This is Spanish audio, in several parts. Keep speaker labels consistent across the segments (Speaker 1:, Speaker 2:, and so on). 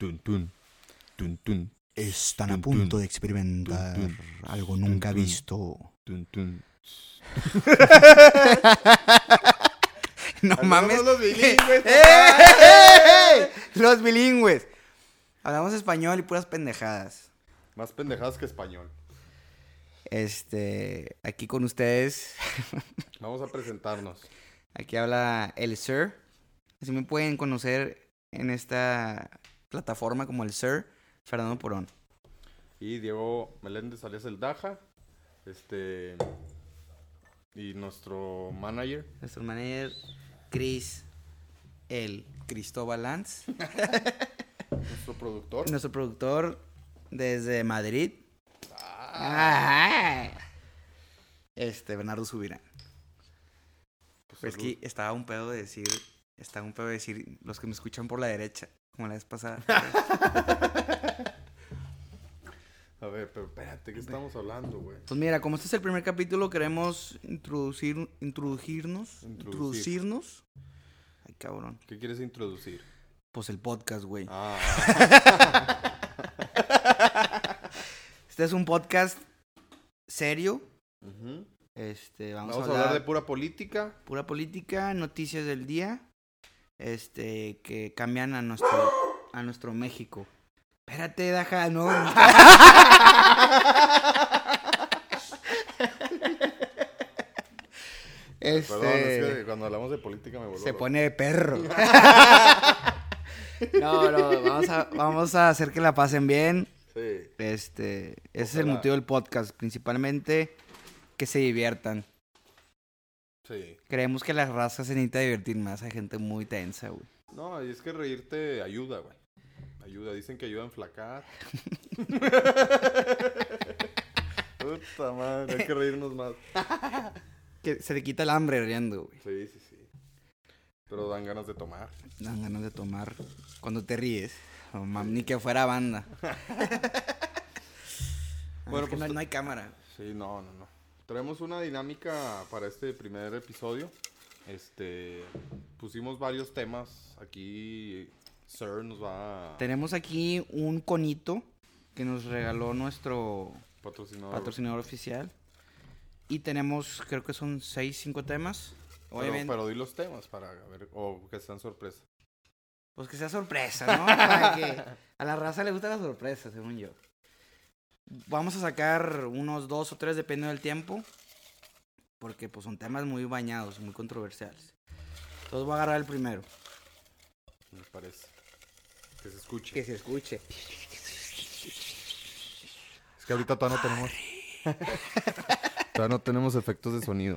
Speaker 1: Tun, tun, tun, tun,
Speaker 2: Están a
Speaker 1: Tun,
Speaker 2: punto
Speaker 1: tun.
Speaker 2: de experimentar
Speaker 1: Tun, tun.
Speaker 2: algo
Speaker 1: Tun,
Speaker 2: nunca
Speaker 1: tun.
Speaker 2: visto.
Speaker 1: tun, tun.
Speaker 2: No
Speaker 1: Algunos
Speaker 2: mames.
Speaker 1: los bilingües,
Speaker 2: ¡Eh, eh, eh! Los bilingües. Hablamos español y puras pendejadas.
Speaker 3: Más pendejadas que español.
Speaker 2: Este, aquí con ustedes,
Speaker 3: Vamos a presentarnos.
Speaker 2: aquí habla el Sir. Así me pueden conocer en esta plataforma como el Sir Fernando Porón.
Speaker 3: Y Diego Meléndez, alias el Daja. Este. Y nuestro manager.
Speaker 2: Nuestro manager, Chris, el Cristóbal Lanz.
Speaker 3: Nuestro productor.
Speaker 2: Nuestro productor desde Madrid. Ajá. Este, Bernardo Subirán.
Speaker 3: Pues,
Speaker 2: Pero es que estaba un pedo de decir, estaba un pedo de decir los que me escuchan por la derecha, como la vez pasada.
Speaker 3: A ver, pero espérate, ¿qué estamos hablando, güey?
Speaker 2: pues mira, como este es el primer capítulo, queremos introducir, introducirnos,
Speaker 3: Introducir.
Speaker 2: introducirnos. Ay, cabrón.
Speaker 3: ¿Qué quieres introducir?
Speaker 2: Pues el podcast, güey.
Speaker 3: Ah,
Speaker 2: Este es un podcast serio.
Speaker 3: ujú.
Speaker 2: Este, vamos,
Speaker 3: Vamos, a hablar de pura política.
Speaker 2: pura política, noticias del día, este, que cambian a nuestro, a nuestro México. Espérate, Daja, no. no. este,
Speaker 3: Perdón, es que cuando hablamos de política me vuelvo.
Speaker 2: se
Speaker 3: loco.
Speaker 2: pone de perro. no, no, vamos a, vamos a hacer que la pasen bien.
Speaker 3: Sí.
Speaker 2: Este, ese es el
Speaker 3: Ojalá.
Speaker 2: motivo del podcast, principalmente que se diviertan.
Speaker 3: Sí.
Speaker 2: Creemos que las razas se necesita divertir más. Hay gente muy tensa, güey.
Speaker 3: No, y es que reírte ayuda, güey. Ayuda, dicen que ayuda a enflacar. Puta madre, hay que reírnos más.
Speaker 2: Que se le quita el hambre riendo, güey.
Speaker 3: Sí, sí, sí. Pero dan ganas de tomar.
Speaker 2: Dan ganas de tomar cuando te ríes. No mames, ni que fuera banda. bueno,
Speaker 3: Bueno, pues,
Speaker 2: no, no hay cámara.
Speaker 3: Sí, no, no, no. Traemos una dinámica para este primer episodio. Este, pusimos varios temas aquí. Sir nos va a
Speaker 2: Tenemos aquí un conito que nos regaló nuestro
Speaker 3: patrocinar.
Speaker 2: patrocinador oficial. Y tenemos, creo que son 6, 5 temas.
Speaker 3: Pero,
Speaker 2: Obviamente,
Speaker 3: pero di los temas para ver, o que sean sorpresa.
Speaker 2: pues que sea sorpresa, ¿no? Para que a la raza le gusta la sorpresa, según yo. Vamos a sacar unos dos o tres, dependiendo del tiempo. Porque pues son temas muy bañados, muy controversiales. Entonces voy a agarrar el primero.
Speaker 3: Me parece. Que se escuche.
Speaker 2: Que se escuche.
Speaker 3: Es que ahorita todavía no tenemos. todavía no tenemos efectos de sonido.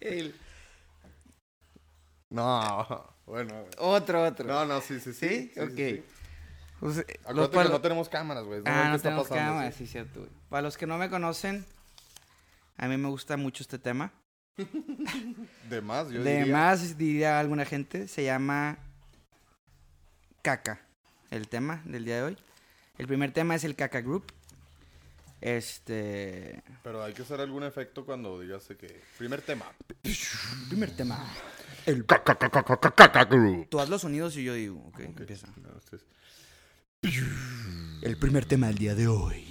Speaker 2: El-
Speaker 3: No. Bueno.
Speaker 2: Otro, otro.
Speaker 3: No, no, sí, sí, sí.
Speaker 2: ¿Sí? ok. Pues, eh, los
Speaker 3: Acuérdate
Speaker 2: cual-
Speaker 3: que no tenemos cámaras, güey.
Speaker 2: Ah,
Speaker 3: ¿qué
Speaker 2: no
Speaker 3: está
Speaker 2: tenemos
Speaker 3: pasando?
Speaker 2: cámara,
Speaker 3: Sí.
Speaker 2: sí, cierto. güey. Para los que no me conocen, a mí me gusta mucho este tema.
Speaker 3: De más, yo
Speaker 2: de
Speaker 3: diría.
Speaker 2: más, diría alguna gente, se llama caca, el tema del día de hoy. El primer tema es el caca group. Este...
Speaker 3: Pero hay que hacer algún efecto cuando digas de que... Primer tema.
Speaker 2: Primer tema.
Speaker 1: El ca- ca- ca- ca- ca- ca- ca- ca- group.
Speaker 2: Tú haz los sonidos y yo digo, ok, empieza.
Speaker 3: No, este sí, sí.
Speaker 2: El primer tema del día de hoy.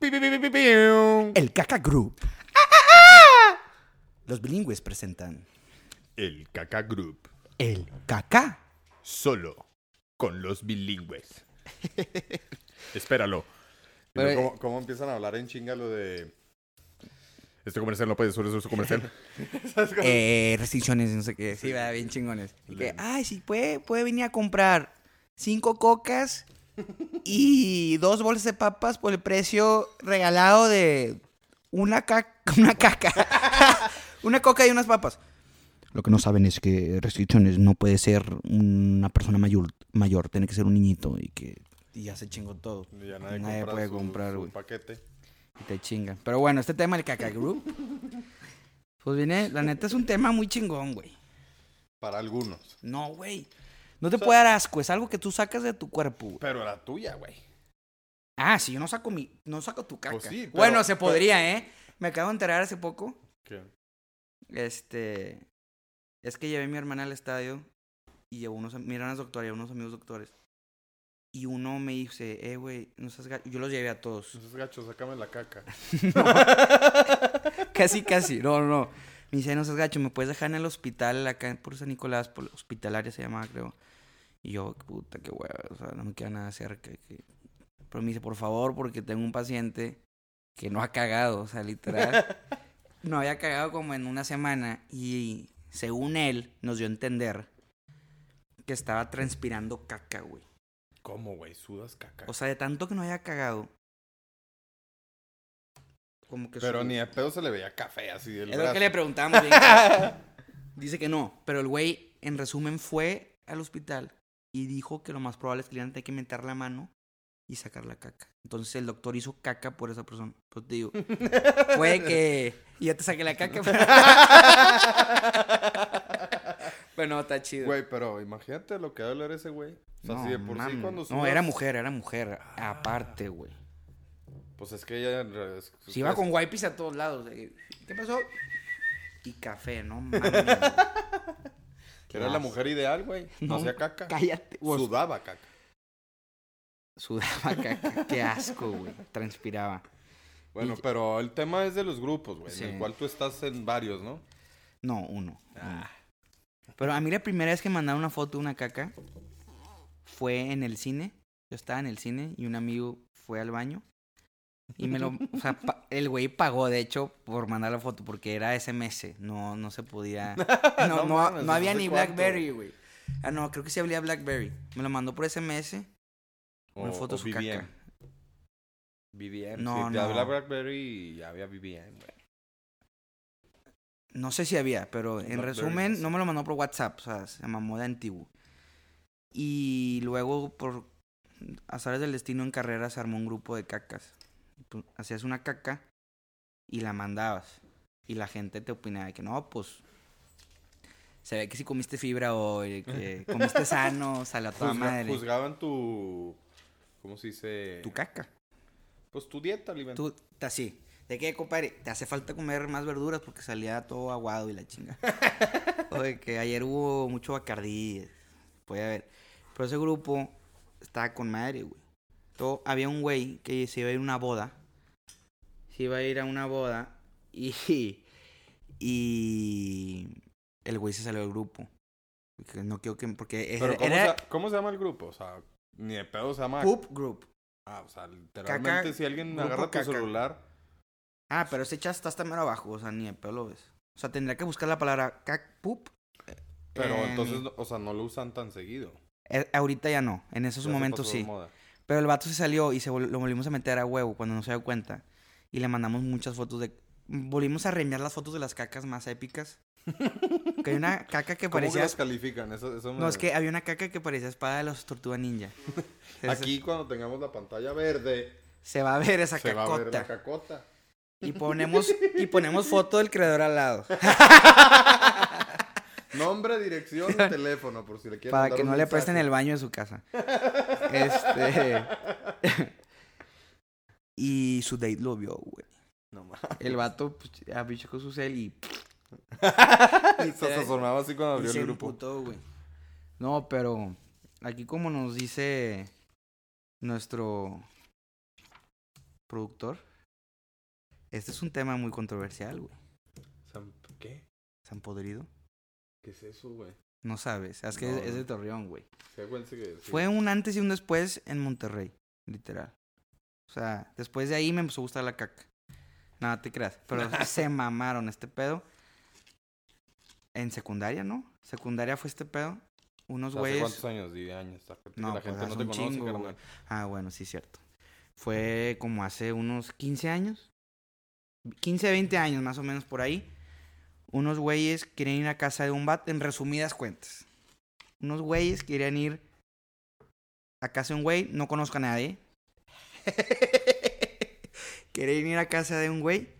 Speaker 3: Pi, pi, pi, pi, pi, piu.
Speaker 2: El caca group. ah, Los bilingües presentan
Speaker 1: El caca group.
Speaker 2: el caca.
Speaker 1: Solo con los bilingües. Espéralo.
Speaker 3: Y luego,
Speaker 2: Pero-
Speaker 3: ¿Cómo, cómo empiezan a hablar en chinga lo de...
Speaker 1: Este comercial no puede ser su comercial.
Speaker 2: eh, restricciones, no sé qué. Sí, va, bien chingones. Y que, ay, sí, puede, puede venir a comprar cinco cocas y dos bolsas de papas por el precio regalado de una caca. Una caca. una coca y unas papas. Lo que no saben es que restricciones no puede ser una persona mayor, mayor tiene que ser un niñito y que y ya se chingó todo.
Speaker 3: Y Ya nadie,
Speaker 2: Nadie
Speaker 3: compra
Speaker 2: puede
Speaker 3: su-
Speaker 2: comprar,
Speaker 3: su
Speaker 2: güey.
Speaker 3: paquete.
Speaker 2: Y te chingan. Pero bueno, este tema del caca group. Pues viene, la neta es un tema muy chingón, güey.
Speaker 3: Para algunos.
Speaker 2: No, güey. No te puede dar asco, es algo que tú sacas de tu cuerpo. güey.
Speaker 3: Pero la tuya, güey.
Speaker 2: Ah, si yo no saco mi no saco tu caca.
Speaker 3: Pues sí, pero-
Speaker 2: bueno, se
Speaker 3: pero-
Speaker 2: podría, ¿eh? Me acabo de enterar hace poco.
Speaker 3: ¿Qué?
Speaker 2: Este es que llevé a mi hermana al estadio y llevó unos, am- mi hermana es doctora, llevó unos amigos doctores. Y uno me dice, eh, güey, no seas gacho. Yo los llevé a todos.
Speaker 3: Entonces, gacho, sácame la caca.
Speaker 2: casi, casi. No, no, no. Me dice, no seas gacho, ¿me puedes dejar en el hospital acá por San Nicolás? Por hospitalaria se llamaba, creo. Y yo, puta, qué hueva. O sea, no me queda nada cerca. que- Pero me dice, por favor, porque tengo un paciente que no ha cagado. O sea, literal. no había cagado como en una semana. Y según él, nos dio a entender que estaba transpirando caca, güey.
Speaker 3: ¿Cómo, güey? Sudas caca.
Speaker 2: O sea, de tanto que no haya cagado. Como que
Speaker 3: Pero
Speaker 2: su-
Speaker 3: ni a pedo se le veía café así del
Speaker 2: es lo que
Speaker 3: brazo.
Speaker 2: le preguntamos. bien claro. Dice que no, pero el güey, en resumen, fue al hospital y dijo que lo más probable es que le iban a tener que meter la mano y sacar la caca. Entonces el doctor hizo caca por esa persona. Pues te digo, fue que y ya te saqué la caca. bueno, está chido.
Speaker 3: Güey, pero imagínate lo que va a oler ese güey. O sea,
Speaker 2: no,
Speaker 3: si de por sí
Speaker 2: mames.
Speaker 3: cuando Ah,
Speaker 2: no,
Speaker 3: sudas-
Speaker 2: era mujer, era mujer. Aparte, güey.
Speaker 3: Pues es que ella en realidad es-
Speaker 2: Si iba
Speaker 3: es-
Speaker 2: con wipes a todos lados. de que, ¿Qué pasó? Y café, no mames.
Speaker 3: Era la mujer ideal, güey. No hacía caca.
Speaker 2: Cállate. güey.
Speaker 3: Sudaba caca.
Speaker 2: Sudaba caca. Qué asco, güey. Transpiraba.
Speaker 3: Bueno,
Speaker 2: Y-
Speaker 3: pero el tema es de los grupos, güey. En
Speaker 2: Sí.
Speaker 3: el cual tú estás en varios, ¿no?
Speaker 2: No, uno.
Speaker 3: Ah.
Speaker 2: uno. Pero a mí la primera vez que mandaron una foto de una caca fue en el cine. Yo estaba en el cine y un amigo fue al baño. Y me lo. O sea, pa- el güey pagó, de hecho, por mandar la foto porque era SMS. No, no se podía. No, no,
Speaker 3: No mames,
Speaker 2: no había
Speaker 3: ¿hace
Speaker 2: ni
Speaker 3: cuánto?
Speaker 2: Blackberry, güey. Ah, no, creo que sí había Blackberry. Me lo mandó por SMS. Una foto de su
Speaker 3: BBM.
Speaker 2: caca.
Speaker 3: BBM.
Speaker 2: No,
Speaker 3: sí,
Speaker 2: no.
Speaker 3: Ya había Blackberry y ya había BBM, güey.
Speaker 2: No sé si había, pero en
Speaker 3: Blackberry, no
Speaker 2: resumen,
Speaker 3: sé.
Speaker 2: no me lo mandó por WhatsApp, o sea, se mamó de antiguo. Y luego, por azares del destino en carrera, se armó un grupo de cacas. Tú Hacías una caca y la mandabas. Y la gente te opinaba de que no, pues. Se ve que si comiste fibra hoy, que comiste sano, sale a toda
Speaker 3: Juzga-
Speaker 2: madre.
Speaker 3: Juzgaban tu. ¿Cómo se dice?
Speaker 2: Tu caca.
Speaker 3: Eh, Pues tu dieta alimentaria.
Speaker 2: Tú, t- así. ¿De qué, compadre? Te hace falta comer más verduras porque salía todo aguado y la chinga. o de que ayer hubo mucho bacardí. Puede haber. Pero ese grupo estaba con madre, güey. Todo, había un güey que se iba a ir a una boda. Se iba a ir a una boda y. Y. El güey se salió del grupo. Porque no quiero que. Porque
Speaker 3: Pero
Speaker 2: Eh, era,
Speaker 3: ¿cómo,
Speaker 2: era
Speaker 3: se, cómo se llama el grupo? O sea, ni de pedo se llama.
Speaker 2: Poop Group.
Speaker 3: Ah, o sea, literalmente
Speaker 2: Caca,
Speaker 3: si alguien
Speaker 2: grupo
Speaker 3: agarra tu
Speaker 2: caca.
Speaker 3: celular.
Speaker 2: Ah, pero ese chat está hasta mero abajo, o sea, ni de pedo lo ves. O sea, tendría que buscar la palabra cac pup.
Speaker 3: Pero
Speaker 2: en-
Speaker 3: entonces, no- o sea, no lo usan tan seguido.
Speaker 2: eh, ahorita ya no, en esos
Speaker 3: Ya se
Speaker 2: momentos
Speaker 3: pasó de
Speaker 2: sí.
Speaker 3: moda.
Speaker 2: Pero el vato se salió y se vol- lo volvimos a meter a huevo cuando no se dio cuenta. Y le mandamos muchas fotos de. Volvimos a reenviar las fotos de las cacas más épicas. que hay una caca que
Speaker 3: ¿Cómo que
Speaker 2: parecía.
Speaker 3: las califican? Eso, eso me-
Speaker 2: No, es que había una caca que parecía espada de los Tortuga Ninja. Entonces,
Speaker 3: Aquí cuando tengamos la pantalla verde,
Speaker 2: Se va a ver esa
Speaker 3: se va a ver
Speaker 2: cacota.
Speaker 3: la cacota.
Speaker 2: Y ponemos, y ponemos foto del creador al lado.
Speaker 3: Nombre, dirección y teléfono, por si le quieren
Speaker 2: Para
Speaker 3: mandar
Speaker 2: que
Speaker 3: un
Speaker 2: no le presten el
Speaker 3: mensaje.
Speaker 2: baño de su casa. Este. y su date lo vio, güey.
Speaker 3: No mames.
Speaker 2: El vato pues, a bicho con su cel y.
Speaker 3: Se sonaba así cuando
Speaker 2: y
Speaker 3: abrió
Speaker 2: se
Speaker 3: el grupo.
Speaker 2: emputó, güey. No, pero. Aquí, como nos dice. Nuestro. Productor. Este es un tema muy controversial, güey.
Speaker 3: San- ¿Qué?
Speaker 2: ¿Se han podrido?
Speaker 3: ¿Qué es eso, güey?
Speaker 2: No sabes. Es que
Speaker 3: No,
Speaker 2: es, es
Speaker 3: no.
Speaker 2: de Torreón, güey.
Speaker 3: Sí, acuérdense que sí.
Speaker 2: Fue un antes y un después en Monterrey, literal. O sea, después de ahí me empezó a gustar la caca. Nada, te creas. Pero se mamaron este pedo. En secundaria, ¿no? Secundaria fue este pedo. Unos
Speaker 3: ¿Hace
Speaker 2: güeyes.
Speaker 3: cuántos años? 10 años. hasta que
Speaker 2: No,
Speaker 3: la
Speaker 2: pues,
Speaker 3: gente no
Speaker 2: hace
Speaker 3: te
Speaker 2: un
Speaker 3: conoce,
Speaker 2: chingo,
Speaker 3: carnal.
Speaker 2: güey. Ah, bueno, sí, cierto. Fue como hace unos 15 años. 15, 20 años más o menos por ahí. Unos güeyes querían ir a casa de un vato, en resumidas cuentas. Unos güeyes querían ir a casa de un güey, no conozco a nadie. querían ir a casa de un güey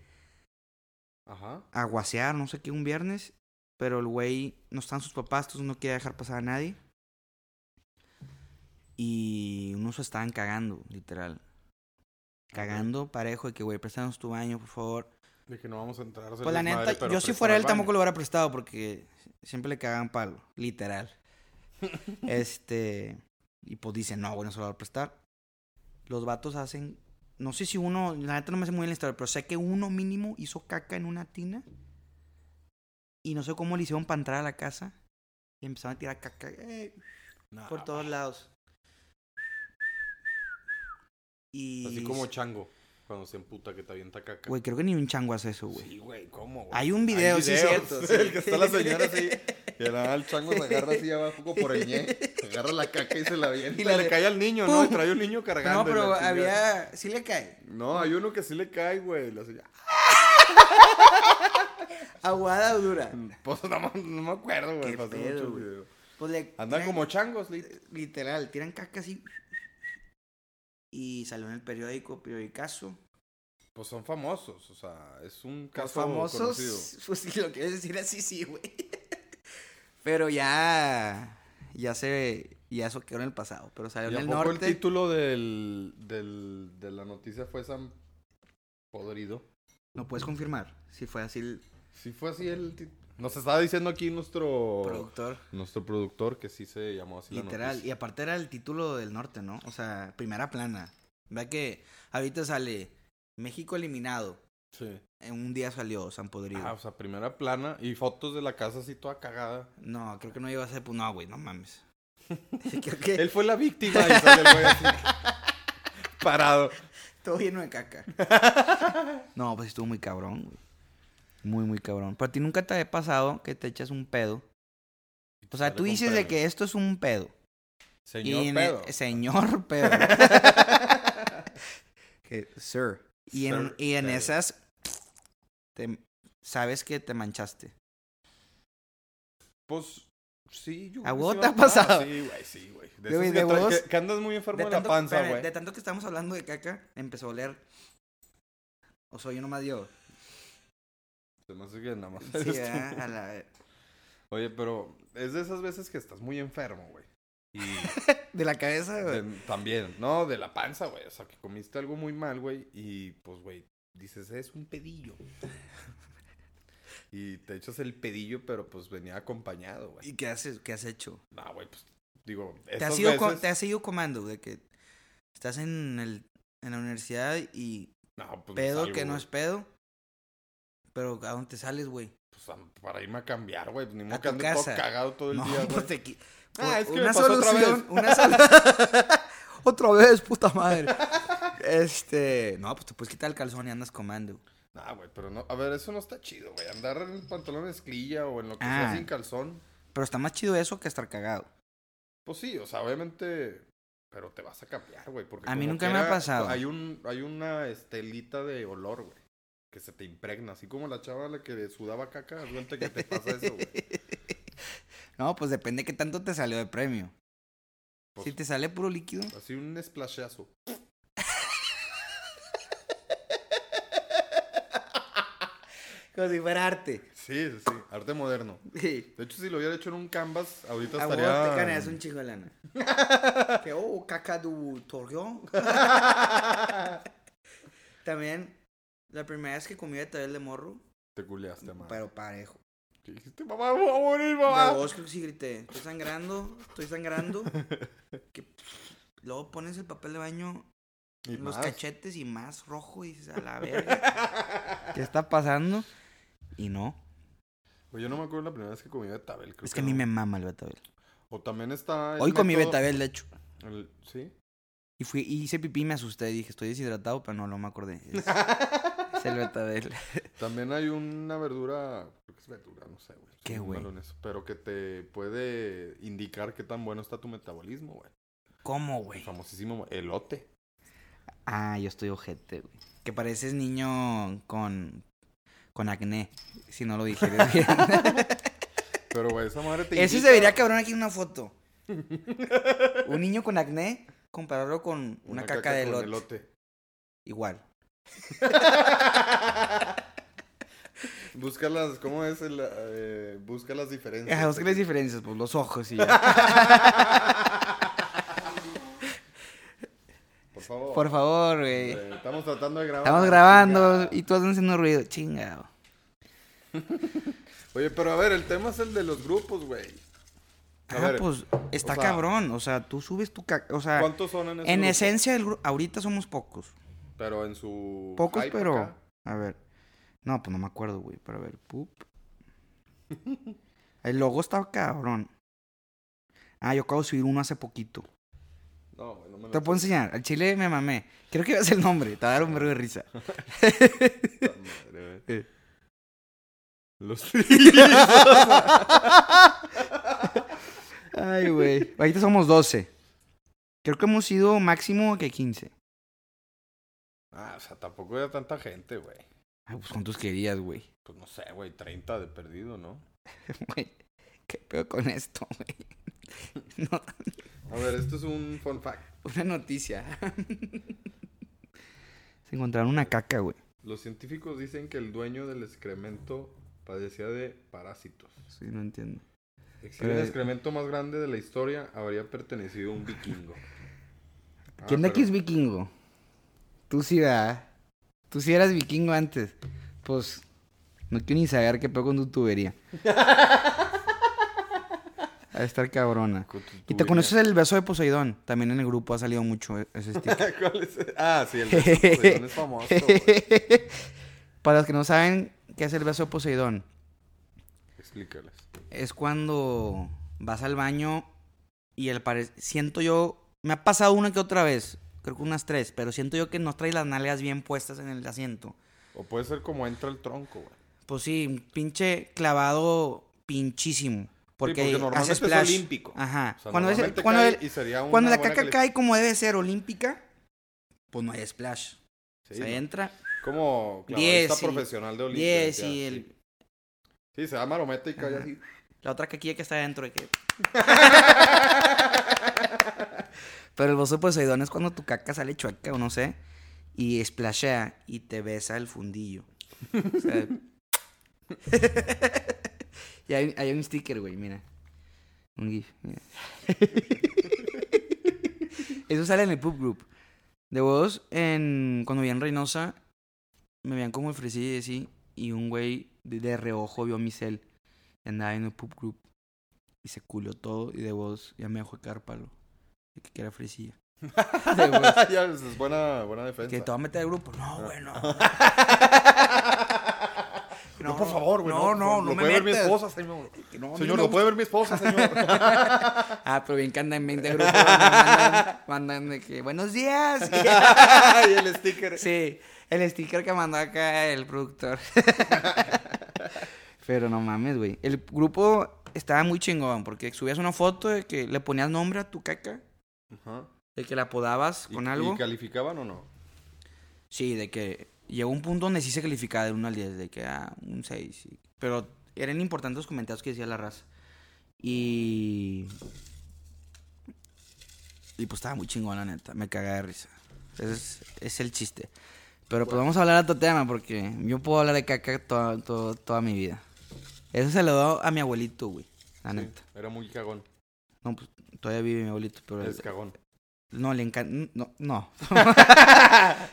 Speaker 3: Ajá.
Speaker 2: a guasear, no sé qué, un viernes. Pero el güey no están sus papás, entonces no quiere dejar pasar a nadie. Y unos se estaban cagando, literal. Cagando parejo de que, güey, préstanos tu baño, por favor.
Speaker 3: De que no vamos a entrar.
Speaker 2: Pues la neta, yo si fuera él tampoco lo hubiera prestado porque siempre le cagaban palo, literal. este, y pues dicen, no, bueno, se lo va a prestar. Los vatos hacen, no sé si uno, la neta no me hace muy bien la historia, pero sé que uno mínimo hizo caca en una tina. Y no sé cómo le hicieron para entrar a la casa. Y empezaron a tirar caca eh, por todos lados. Y...
Speaker 3: Así como chango, cuando se emputa que te avienta caca.
Speaker 2: Güey, creo que ni un chango hace eso, güey.
Speaker 3: Sí, güey, ¿cómo, güey?
Speaker 2: Hay un video, sí, es
Speaker 3: videos.
Speaker 2: cierto, sí.
Speaker 3: El que está la señora así. Y al el chango se agarra así abajo por el ñe. Agarra la caca y se la avienta.
Speaker 2: Y la de-
Speaker 3: cae al niño, ¿no? Y
Speaker 2: ¡Pum!
Speaker 3: trae un niño cargando.
Speaker 2: No,
Speaker 3: y la
Speaker 2: pero
Speaker 3: chingada.
Speaker 2: había... Sí le cae.
Speaker 3: No, hay uno que sí le cae, güey. La señora. ah,
Speaker 2: Aguada o dura.
Speaker 3: Pues no, me- no me acuerdo, güey.
Speaker 2: Qué
Speaker 3: pasó
Speaker 2: pedo,
Speaker 3: mucho
Speaker 2: güey.
Speaker 3: video.
Speaker 2: Pues le
Speaker 3: Andan
Speaker 2: tiran-
Speaker 3: como changos, lit.
Speaker 2: literal, tiran caca así. Y salió en el periódico, periodicazo.
Speaker 3: Pues son famosos, o sea, es un
Speaker 2: Los
Speaker 3: caso
Speaker 2: famosos,
Speaker 3: conocido.
Speaker 2: pues si lo quieres decir así, sí, güey. Pero ya, ya se, ya eso quedó en el pasado. Pero salió
Speaker 3: ¿Y
Speaker 2: en
Speaker 3: a
Speaker 2: el
Speaker 3: poco el
Speaker 2: norte.
Speaker 3: título del, del, de la noticia fue San Podrido?
Speaker 2: no puedes confirmar si fue así el
Speaker 3: Sí fue así el tit- Nos estaba diciendo aquí nuestro
Speaker 2: productor.
Speaker 3: nuestro productor que sí se llamó así la
Speaker 2: Literal.
Speaker 3: noticia.
Speaker 2: Y aparte era el título del norte, ¿no? O sea, primera plana. Vea que ahorita sale México eliminado.
Speaker 3: Sí.
Speaker 2: En un día salió San Podrido.
Speaker 3: Ah, o sea, primera plana y fotos de la casa así toda cagada.
Speaker 2: No, creo que no iba a ser. Pues no, güey, no mames. creo que
Speaker 3: Él fue la víctima y sale el güey así. Parado.
Speaker 2: todo lleno de caca. No, pues estuvo muy cabrón, güey. Muy, muy cabrón. Pero a ti nunca te ha pasado que te echas un pedo. O sea,
Speaker 3: Sale
Speaker 2: tú
Speaker 3: con
Speaker 2: dices de
Speaker 3: premio.
Speaker 2: que esto es un pedo.
Speaker 3: Señor
Speaker 2: Y en el-
Speaker 3: pedo.
Speaker 2: señor pedo. Que, sir. Y en,
Speaker 3: Sir
Speaker 2: y en
Speaker 3: pedo.
Speaker 2: esas, te- sabes que te manchaste.
Speaker 3: Pues sí, yo
Speaker 2: ¿A
Speaker 3: creo que
Speaker 2: huevo
Speaker 3: sí
Speaker 2: te
Speaker 3: va
Speaker 2: ha
Speaker 3: mal.
Speaker 2: pasado?
Speaker 3: Sí, güey, sí, güey. De,
Speaker 2: De-
Speaker 3: esos
Speaker 2: de
Speaker 3: que traes-
Speaker 2: huevos-
Speaker 3: que, que andas muy enfermo de la
Speaker 2: tanto-
Speaker 3: panza,
Speaker 2: espérame,
Speaker 3: güey.
Speaker 2: de tanto que estamos hablando de caca, empezó a oler. O soy yo nomás yo.
Speaker 3: Se me hace que nada más
Speaker 2: Sí, ah.
Speaker 3: eres tú.
Speaker 2: ¿verdad? a la-
Speaker 3: Oye, pero es de esas veces que estás muy enfermo, güey. Y
Speaker 2: de la cabeza, güey.
Speaker 3: de- también, no, de la panza, güey. O sea, que comiste algo muy mal, güey. Y pues, güey, dices, es un pedillo. y te echas el pedillo, pero pues venía acompañado, güey.
Speaker 2: ¿Y qué haces? ¿Qué has hecho?
Speaker 3: No, güey, pues digo,
Speaker 2: ¿Te has,
Speaker 3: esas
Speaker 2: ido co-
Speaker 3: veces-
Speaker 2: te has ido comando de que estás en, el, en la universidad y
Speaker 3: No, pues, me
Speaker 2: pedo
Speaker 3: salgo,
Speaker 2: que no
Speaker 3: güey.
Speaker 2: es pedo? Pero ¿a dónde sales, güey?
Speaker 3: Pues, a- para irme a cambiar, güey. pues, Ni modo
Speaker 2: tu
Speaker 3: que ande todo
Speaker 2: casa.
Speaker 3: cagado todo el
Speaker 2: No,
Speaker 3: día, güey.
Speaker 2: pues te qui-
Speaker 3: Ah, es que me
Speaker 2: una
Speaker 3: pasó otra vez.
Speaker 2: solución, una solu- otra vez, puta madre. Este, no, pues te puedes quitar el calzón y andas comando.
Speaker 3: No, güey, pero no. A ver, eso no está chido, güey. Andar en pantalón de esclilla o en lo que
Speaker 2: Ah.
Speaker 3: sea sin calzón.
Speaker 2: Pero está más chido eso que estar cagado.
Speaker 3: Pues sí, o sea, obviamente. Pero te vas a cambiar, güey. Porque
Speaker 2: A mí
Speaker 3: como
Speaker 2: nunca me ha
Speaker 3: quiera,
Speaker 2: pasado.
Speaker 3: Hay, un, hay una estelita de olor, güey. Que se te impregna. Así como la chava a la que sudaba caca. haz cuenta que te pasa eso, güey.
Speaker 2: No, pues depende qué tanto te salió de premio.
Speaker 3: Pues,
Speaker 2: Si te sale puro líquido.
Speaker 3: Así un splashazo.
Speaker 2: Como si fuera arte.
Speaker 3: Sí, sí, sí. Arte moderno.
Speaker 2: Sí.
Speaker 3: De hecho, si lo hubiera hecho en un canvas, ahorita
Speaker 2: A vos
Speaker 3: estaría.
Speaker 2: Ah, te ganas un chingo de lana. que, oh, caca du torreón. También, la primera vez que comí betabel de morro,
Speaker 3: Te culeaste, mamá.
Speaker 2: pero parejo.
Speaker 3: ¿Qué dijiste, mamá? Voy a morir,
Speaker 2: A
Speaker 3: mamá.
Speaker 2: vos creo que sí grité, estoy sangrando, estoy sangrando. que, luego pones el papel de baño
Speaker 3: Y
Speaker 2: en los
Speaker 3: más.
Speaker 2: cachetes y más rojo y dices, a la verga. ¿Qué está pasando? Y no.
Speaker 3: Güey, yo no me acuerdo la primera vez que comí betabel. creo
Speaker 2: es que a mí
Speaker 3: no.
Speaker 2: me mama el betabel.
Speaker 3: O también está. el
Speaker 2: Hoy comí
Speaker 3: método-
Speaker 2: betabel, de hecho.
Speaker 3: el- Sí.
Speaker 2: Y fui, y hice pipí y me asusté. Dije, estoy deshidratado, pero no, no me acordé. Es, es el betabel.
Speaker 3: También hay una verdura. Creo que es verdura, no sé, güey. Soy
Speaker 2: ¿Qué,
Speaker 3: muy
Speaker 2: güey?
Speaker 3: malo en eso, Pero que te puede indicar qué tan bueno está tu metabolismo, güey.
Speaker 2: ¿Cómo,
Speaker 3: El
Speaker 2: güey?
Speaker 3: famosísimo elote.
Speaker 2: Ah, yo estoy ojete, güey. Que pareces niño con, con acné, si no lo dijeras bien.
Speaker 3: Pero, güey, esa madre te.
Speaker 2: Ese se
Speaker 3: indica-
Speaker 2: vería cabrón aquí en una foto. Un niño con acné, compararlo con una, caca, de
Speaker 3: con
Speaker 2: elote. Igual.
Speaker 3: Busca las. ¿Cómo es el.? eh, busca las diferencias.
Speaker 2: Ah, ¿vos qué les
Speaker 3: aquí.
Speaker 2: diferencias? Pues los ojos y ya.
Speaker 3: Por favor.
Speaker 2: Por favor, güey.
Speaker 3: Eh, estamos tratando de grabar.
Speaker 2: Estamos grabando
Speaker 3: Chingada.
Speaker 2: y todos haciendo ruido. Chingado.
Speaker 3: Oye, pero a ver, el tema es el de los grupos, güey. A
Speaker 2: Ah,
Speaker 3: ver,
Speaker 2: pues está
Speaker 3: o sea,
Speaker 2: cabrón. O sea, tú subes tu. ca- O sea,
Speaker 3: ¿Cuántos son en ese
Speaker 2: Ah. en
Speaker 3: grupo?
Speaker 2: esencia, el gru- ahorita somos pocos.
Speaker 3: Pero en su...
Speaker 2: Pocos,
Speaker 3: hype
Speaker 2: pero.
Speaker 3: acá.
Speaker 2: A ver. No, pues no me acuerdo, güey. Pero a ver, pup. El logo está cabrón. Ah, yo acabo de subir uno hace poquito.
Speaker 3: No, güey, no me lo
Speaker 2: Te puedo enseñar. Al chile me mamé. Creo que ibas el nombre. Te va a dar un vergo de risa.
Speaker 3: Puta madre, güey.
Speaker 2: Eh.
Speaker 3: Los
Speaker 2: Ay, güey. Ahorita somos 12. Creo que hemos sido máximo que 15.
Speaker 3: Ah, o sea, tampoco había tanta gente, güey.
Speaker 2: Ay, pues cuántos querías, güey.
Speaker 3: Pues no sé, güey, 30 de perdido, ¿no?
Speaker 2: Güey, ¿Qué peor con esto, güey? No,
Speaker 3: A ver, esto es un fun fact.
Speaker 2: una noticia. Se encontraron una caca, güey.
Speaker 3: Los científicos dicen que el dueño del excremento padecía de parásitos.
Speaker 2: Sí, no entiendo.
Speaker 3: Exhibe El
Speaker 2: Pero-
Speaker 3: excremento más grande de la historia habría pertenecido a un vikingo. Ah,
Speaker 2: ¿Quién de aquí
Speaker 3: pero-
Speaker 2: es vikingo? Tú sí, ¿verdad? Tú sí eras vikingo antes. Pues, no quiero ni saber qué peor con tu tubería. A estar cabrona.
Speaker 3: Con tu
Speaker 2: Y te
Speaker 3: tubería.
Speaker 2: conoces el beso de Poseidón. También en el grupo ha salido mucho e- ese sticker.
Speaker 3: ¿Cuál es? Ah, sí, el beso de Poseidón es famoso. güey.
Speaker 2: Para los que no saben qué es el beso de Poseidón,
Speaker 3: Explícales.
Speaker 2: es cuando vas al baño y al parecer siento yo, me ha pasado una que otra vez, creo que unas tres, pero siento yo que no traes las nalgas bien puestas en el asiento.
Speaker 3: O puede ser como entra el tronco, güey.
Speaker 2: Pues sí, un pinche clavado pinchísimo. Porque,
Speaker 3: porque normalmente
Speaker 2: hace
Speaker 3: es
Speaker 2: splash.
Speaker 3: olímpico.
Speaker 2: Ajá.
Speaker 3: O sea,
Speaker 2: cuando ves el-
Speaker 3: normalmente
Speaker 2: cuando
Speaker 3: cae
Speaker 2: el-
Speaker 3: y sería una
Speaker 2: cuando la
Speaker 3: buena
Speaker 2: caca
Speaker 3: cali-
Speaker 2: cae como debe ser olímpica, pues no hay splash.
Speaker 3: Sí,
Speaker 2: Se
Speaker 3: ¿no?
Speaker 2: entra
Speaker 3: Como
Speaker 2: Diez
Speaker 3: clavadista
Speaker 2: y-
Speaker 3: profesional de Olimpia.
Speaker 2: 10
Speaker 3: decía,
Speaker 2: y
Speaker 3: sí.
Speaker 2: el,
Speaker 3: Sí, se da marometa y cae
Speaker 2: Ajá.
Speaker 3: así.
Speaker 2: La otra caquilla que está adentro de que. Pero el bozo poseidón es cuando tu caca sale chueca o no sé. Y splashea y te besa el fundillo. O sea, y hay, hay un sticker, güey, mira. Un GIF, mira. Eso sale en el pub group. De vos, en, cuando vi en Reynosa, me veían como el fresillo y así. Y un güey de, de reojo vio mi cel. Y andaba en el pub group. Y se culió todo. Y de vos ya me dejó de caer palo. De que era fresilla. De vos.
Speaker 3: ya, pues, es buena, buena defensa.
Speaker 2: Que te va a meter al grupo.
Speaker 3: Ah.
Speaker 2: No, güey, no.
Speaker 3: No, por favor, güey.
Speaker 2: No, no, no,
Speaker 3: Lo
Speaker 2: me
Speaker 3: puede ver mi
Speaker 2: metas.
Speaker 3: esposa, señor.
Speaker 2: Que no, a mí
Speaker 3: Señor,
Speaker 2: no me
Speaker 3: lo puede ver mi esposa, señor.
Speaker 2: gusta. Ah, pero bien que andan en 20 grupos. Mandan, mandan de que, buenos días.
Speaker 3: y el sticker.
Speaker 2: Sí, el sticker que mandó acá el productor. Pero no mames, güey. El grupo estaba muy chingón porque subías una foto de que le ponías nombre a tu caca,
Speaker 3: Ajá.
Speaker 2: de que la apodabas con
Speaker 3: ¿Y-
Speaker 2: algo.
Speaker 3: ¿Y calificaban o no?
Speaker 2: Sí, de que llegó un punto donde sí se calificaba de 1 al 10, de que ah, un 6. sí. Pero eran importantes los comentarios que decía la raza. Y. Y pues estaba muy chingón, la neta. Me cagué de risa. Ese es, es el chiste. Pero pues vamos a hablar de otro tema porque yo puedo hablar de caca toda, toda, toda mi vida. Eso se lo doy a mi abuelito, güey. La
Speaker 3: Sí,
Speaker 2: neta.
Speaker 3: Era muy cagón.
Speaker 2: No, pues todavía vive mi abuelito, pero.
Speaker 3: Es cagón.
Speaker 2: pues, No, le encanta. No, no.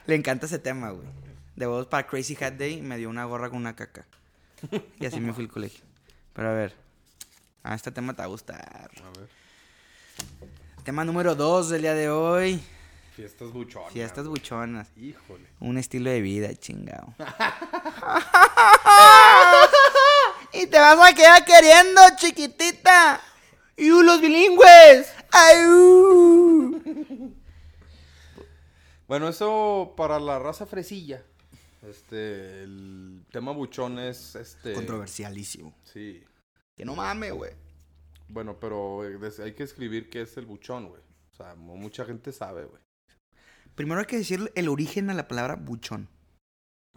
Speaker 2: le encanta ese tema, güey. De vos para Crazy Hat Day me dio una gorra con una caca. Y así me fui al colegio. Pero a ver. Ah, este tema te va a gustar.
Speaker 3: A ver.
Speaker 2: Tema número 2 del día de hoy.
Speaker 3: Fiestas buchonas.
Speaker 2: Fiestas
Speaker 3: güey.
Speaker 2: buchonas.
Speaker 3: Híjole.
Speaker 2: Un estilo de vida, chingado. y te vas a quedar queriendo, chiquitita. Y uh, los bilingües. Ay, uh.
Speaker 3: Bueno, eso para la raza fresilla. Este, el tema buchón es este.
Speaker 2: Controversialísimo.
Speaker 3: Sí.
Speaker 2: Que no mames, güey.
Speaker 3: Bueno, pero eh, des- hay que escribir qué es el buchón, güey. O sea, mu- mucha gente sabe, güey.
Speaker 2: Primero hay que decir el origen a la palabra buchón.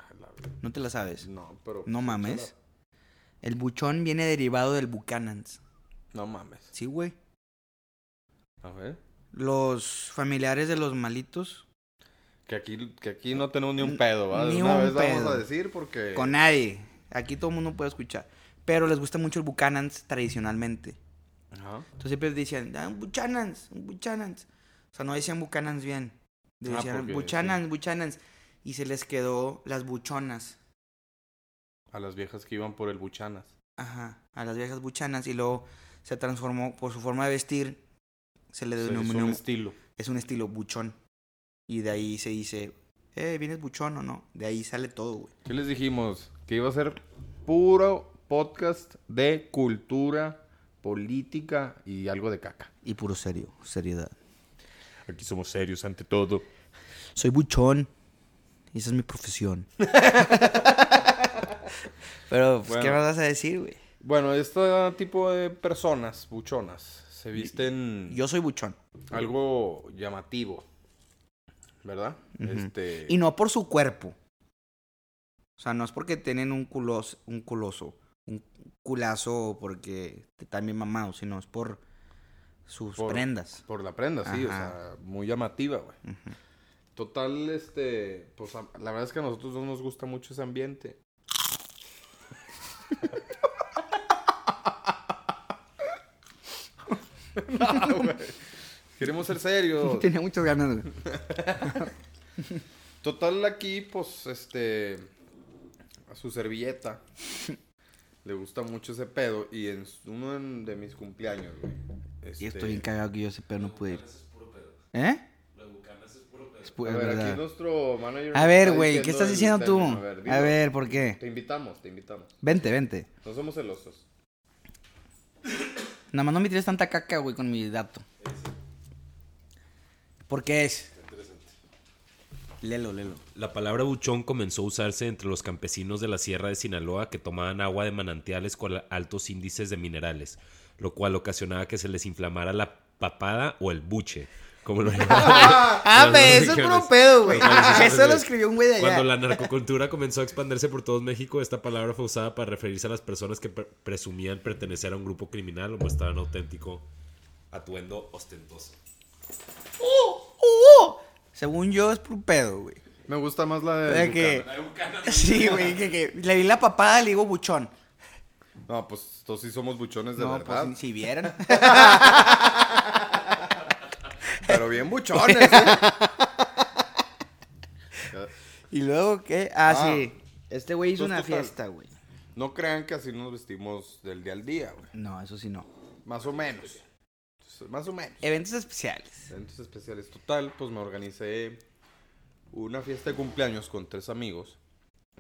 Speaker 3: Ah, la verdad,
Speaker 2: No te la sabes.
Speaker 3: No, pero.
Speaker 2: No mames. El buchón viene derivado del Buchanans.
Speaker 3: No mames.
Speaker 2: Sí, güey.
Speaker 3: A ver.
Speaker 2: Los familiares de los malitos.
Speaker 3: Que aquí, que aquí no tenemos ni un pedo, ¿va? De
Speaker 2: Ni
Speaker 3: una
Speaker 2: un
Speaker 3: vez vamos
Speaker 2: pedo.
Speaker 3: a decir porque.
Speaker 2: Con nadie. Aquí todo el mundo puede escuchar. Pero les gusta mucho el Buchanans tradicionalmente.
Speaker 3: Ajá.
Speaker 2: Entonces siempre decían, ah, un Buchanans, un Buchanans. O sea, no decían Buchanans bien.
Speaker 3: Ah,
Speaker 2: Decían
Speaker 3: porque,
Speaker 2: Buchanans, Buchanans. Y se les quedó las buchonas.
Speaker 3: A las viejas que iban por el buchanas.
Speaker 2: Ajá, a las viejas buchanas y luego se transformó por su forma de vestir. Se le
Speaker 3: Se hizo
Speaker 2: denominó.
Speaker 3: un estilo.
Speaker 2: es un estilo buchón. Y de ahí se dice, eh, ¿vienes buchón o no? De ahí sale todo, güey.
Speaker 3: ¿Qué les dijimos? Que iba a ser puro podcast de cultura, política y algo de caca.
Speaker 2: Y puro serio, seriedad.
Speaker 1: Aquí somos serios ante todo.
Speaker 2: Soy buchón. Y esa es mi profesión. Pero, pues, ¿qué
Speaker 3: Bueno.
Speaker 2: más vas a decir, güey?
Speaker 3: Bueno, este tipo de personas, buchonas, se visten
Speaker 2: Yo soy buchón.
Speaker 3: algo llamativo, ¿verdad? Este,
Speaker 2: Y no por su cuerpo. O sea, no es porque tienen un culoso, un culoso, un culazo o porque te están bien mamados, sino es por sus
Speaker 3: Por-
Speaker 2: prendas.
Speaker 3: Por la prenda, sí, o
Speaker 2: Ajá.
Speaker 3: sea, muy llamativa, güey.
Speaker 2: Ujú.
Speaker 3: Total, este, pues a- la verdad es que a nosotros no nos gusta mucho ese ambiente. No, güey. Queremos ser serios.
Speaker 2: Tenía muchas ganas, güey.
Speaker 3: Total, aquí, pues, este. A su servilleta. le gusta mucho ese pedo. Y en s- uno en- de mis cumpleaños, güey.
Speaker 2: Y
Speaker 3: este,
Speaker 2: estoy bien cagado que yo ese pedo no pude ir. ¿Eh? Es pu-
Speaker 3: A
Speaker 2: es
Speaker 3: ver,
Speaker 2: verdad.
Speaker 3: aquí nuestro manager.
Speaker 2: A
Speaker 3: nos
Speaker 2: ver,
Speaker 3: está
Speaker 2: güey, ¿qué estás
Speaker 3: el
Speaker 2: diciendo tú?
Speaker 3: término, dilo.
Speaker 2: A ver, ¿por qué?
Speaker 3: Te invitamos, te invitamos.
Speaker 2: Vente, vente.
Speaker 3: No somos celosos.
Speaker 2: Nada más no me tires tanta caca, güey, con mi dato. ¿Por qué es? Lelo, lelo.
Speaker 4: La palabra buchón comenzó a usarse entre los campesinos de la Sierra de Sinaloa que tomaban agua de manantiales con altos índices de minerales, lo cual ocasionaba que se les inflamara la papada o el buche, como lo llamaban.
Speaker 2: Ah,
Speaker 4: Las
Speaker 2: güey,
Speaker 4: dos
Speaker 2: eso es
Speaker 4: regiones.
Speaker 2: puro pedo, güey.
Speaker 4: Las dos
Speaker 2: Eso lo
Speaker 4: regiones.
Speaker 2: escribió un güey de allá.
Speaker 4: Cuando la narcocultura comenzó a expandirse por todo México, esta palabra fue usada para referirse a las personas que pre- presumían pertenecer a un grupo criminal o mostraban auténtico atuendo ostentoso.
Speaker 2: Uh, Según yo, es puro pedo, güey.
Speaker 3: Me gusta más la
Speaker 2: O
Speaker 3: de.
Speaker 2: sea que. Sí, güey, que, que le di la papada, le digo buchón.
Speaker 3: Bucana. No, pues todos sí somos buchones de
Speaker 2: No,
Speaker 3: verdad.
Speaker 2: pues si vieran.
Speaker 3: Pero bien buchones. ¿eh?
Speaker 2: ¿Y luego qué? Ah,
Speaker 3: Ah.
Speaker 2: sí. Este güey hizo
Speaker 3: Entonces,
Speaker 2: una
Speaker 3: total.
Speaker 2: fiesta, güey.
Speaker 3: No crean que así nos vestimos del día al día, güey.
Speaker 2: No, eso sí no.
Speaker 3: Más o menos. Entonces, Más o menos.
Speaker 2: Eventos especiales.
Speaker 3: Eventos especiales. Total, pues me organicé una fiesta de cumpleaños con tres amigos.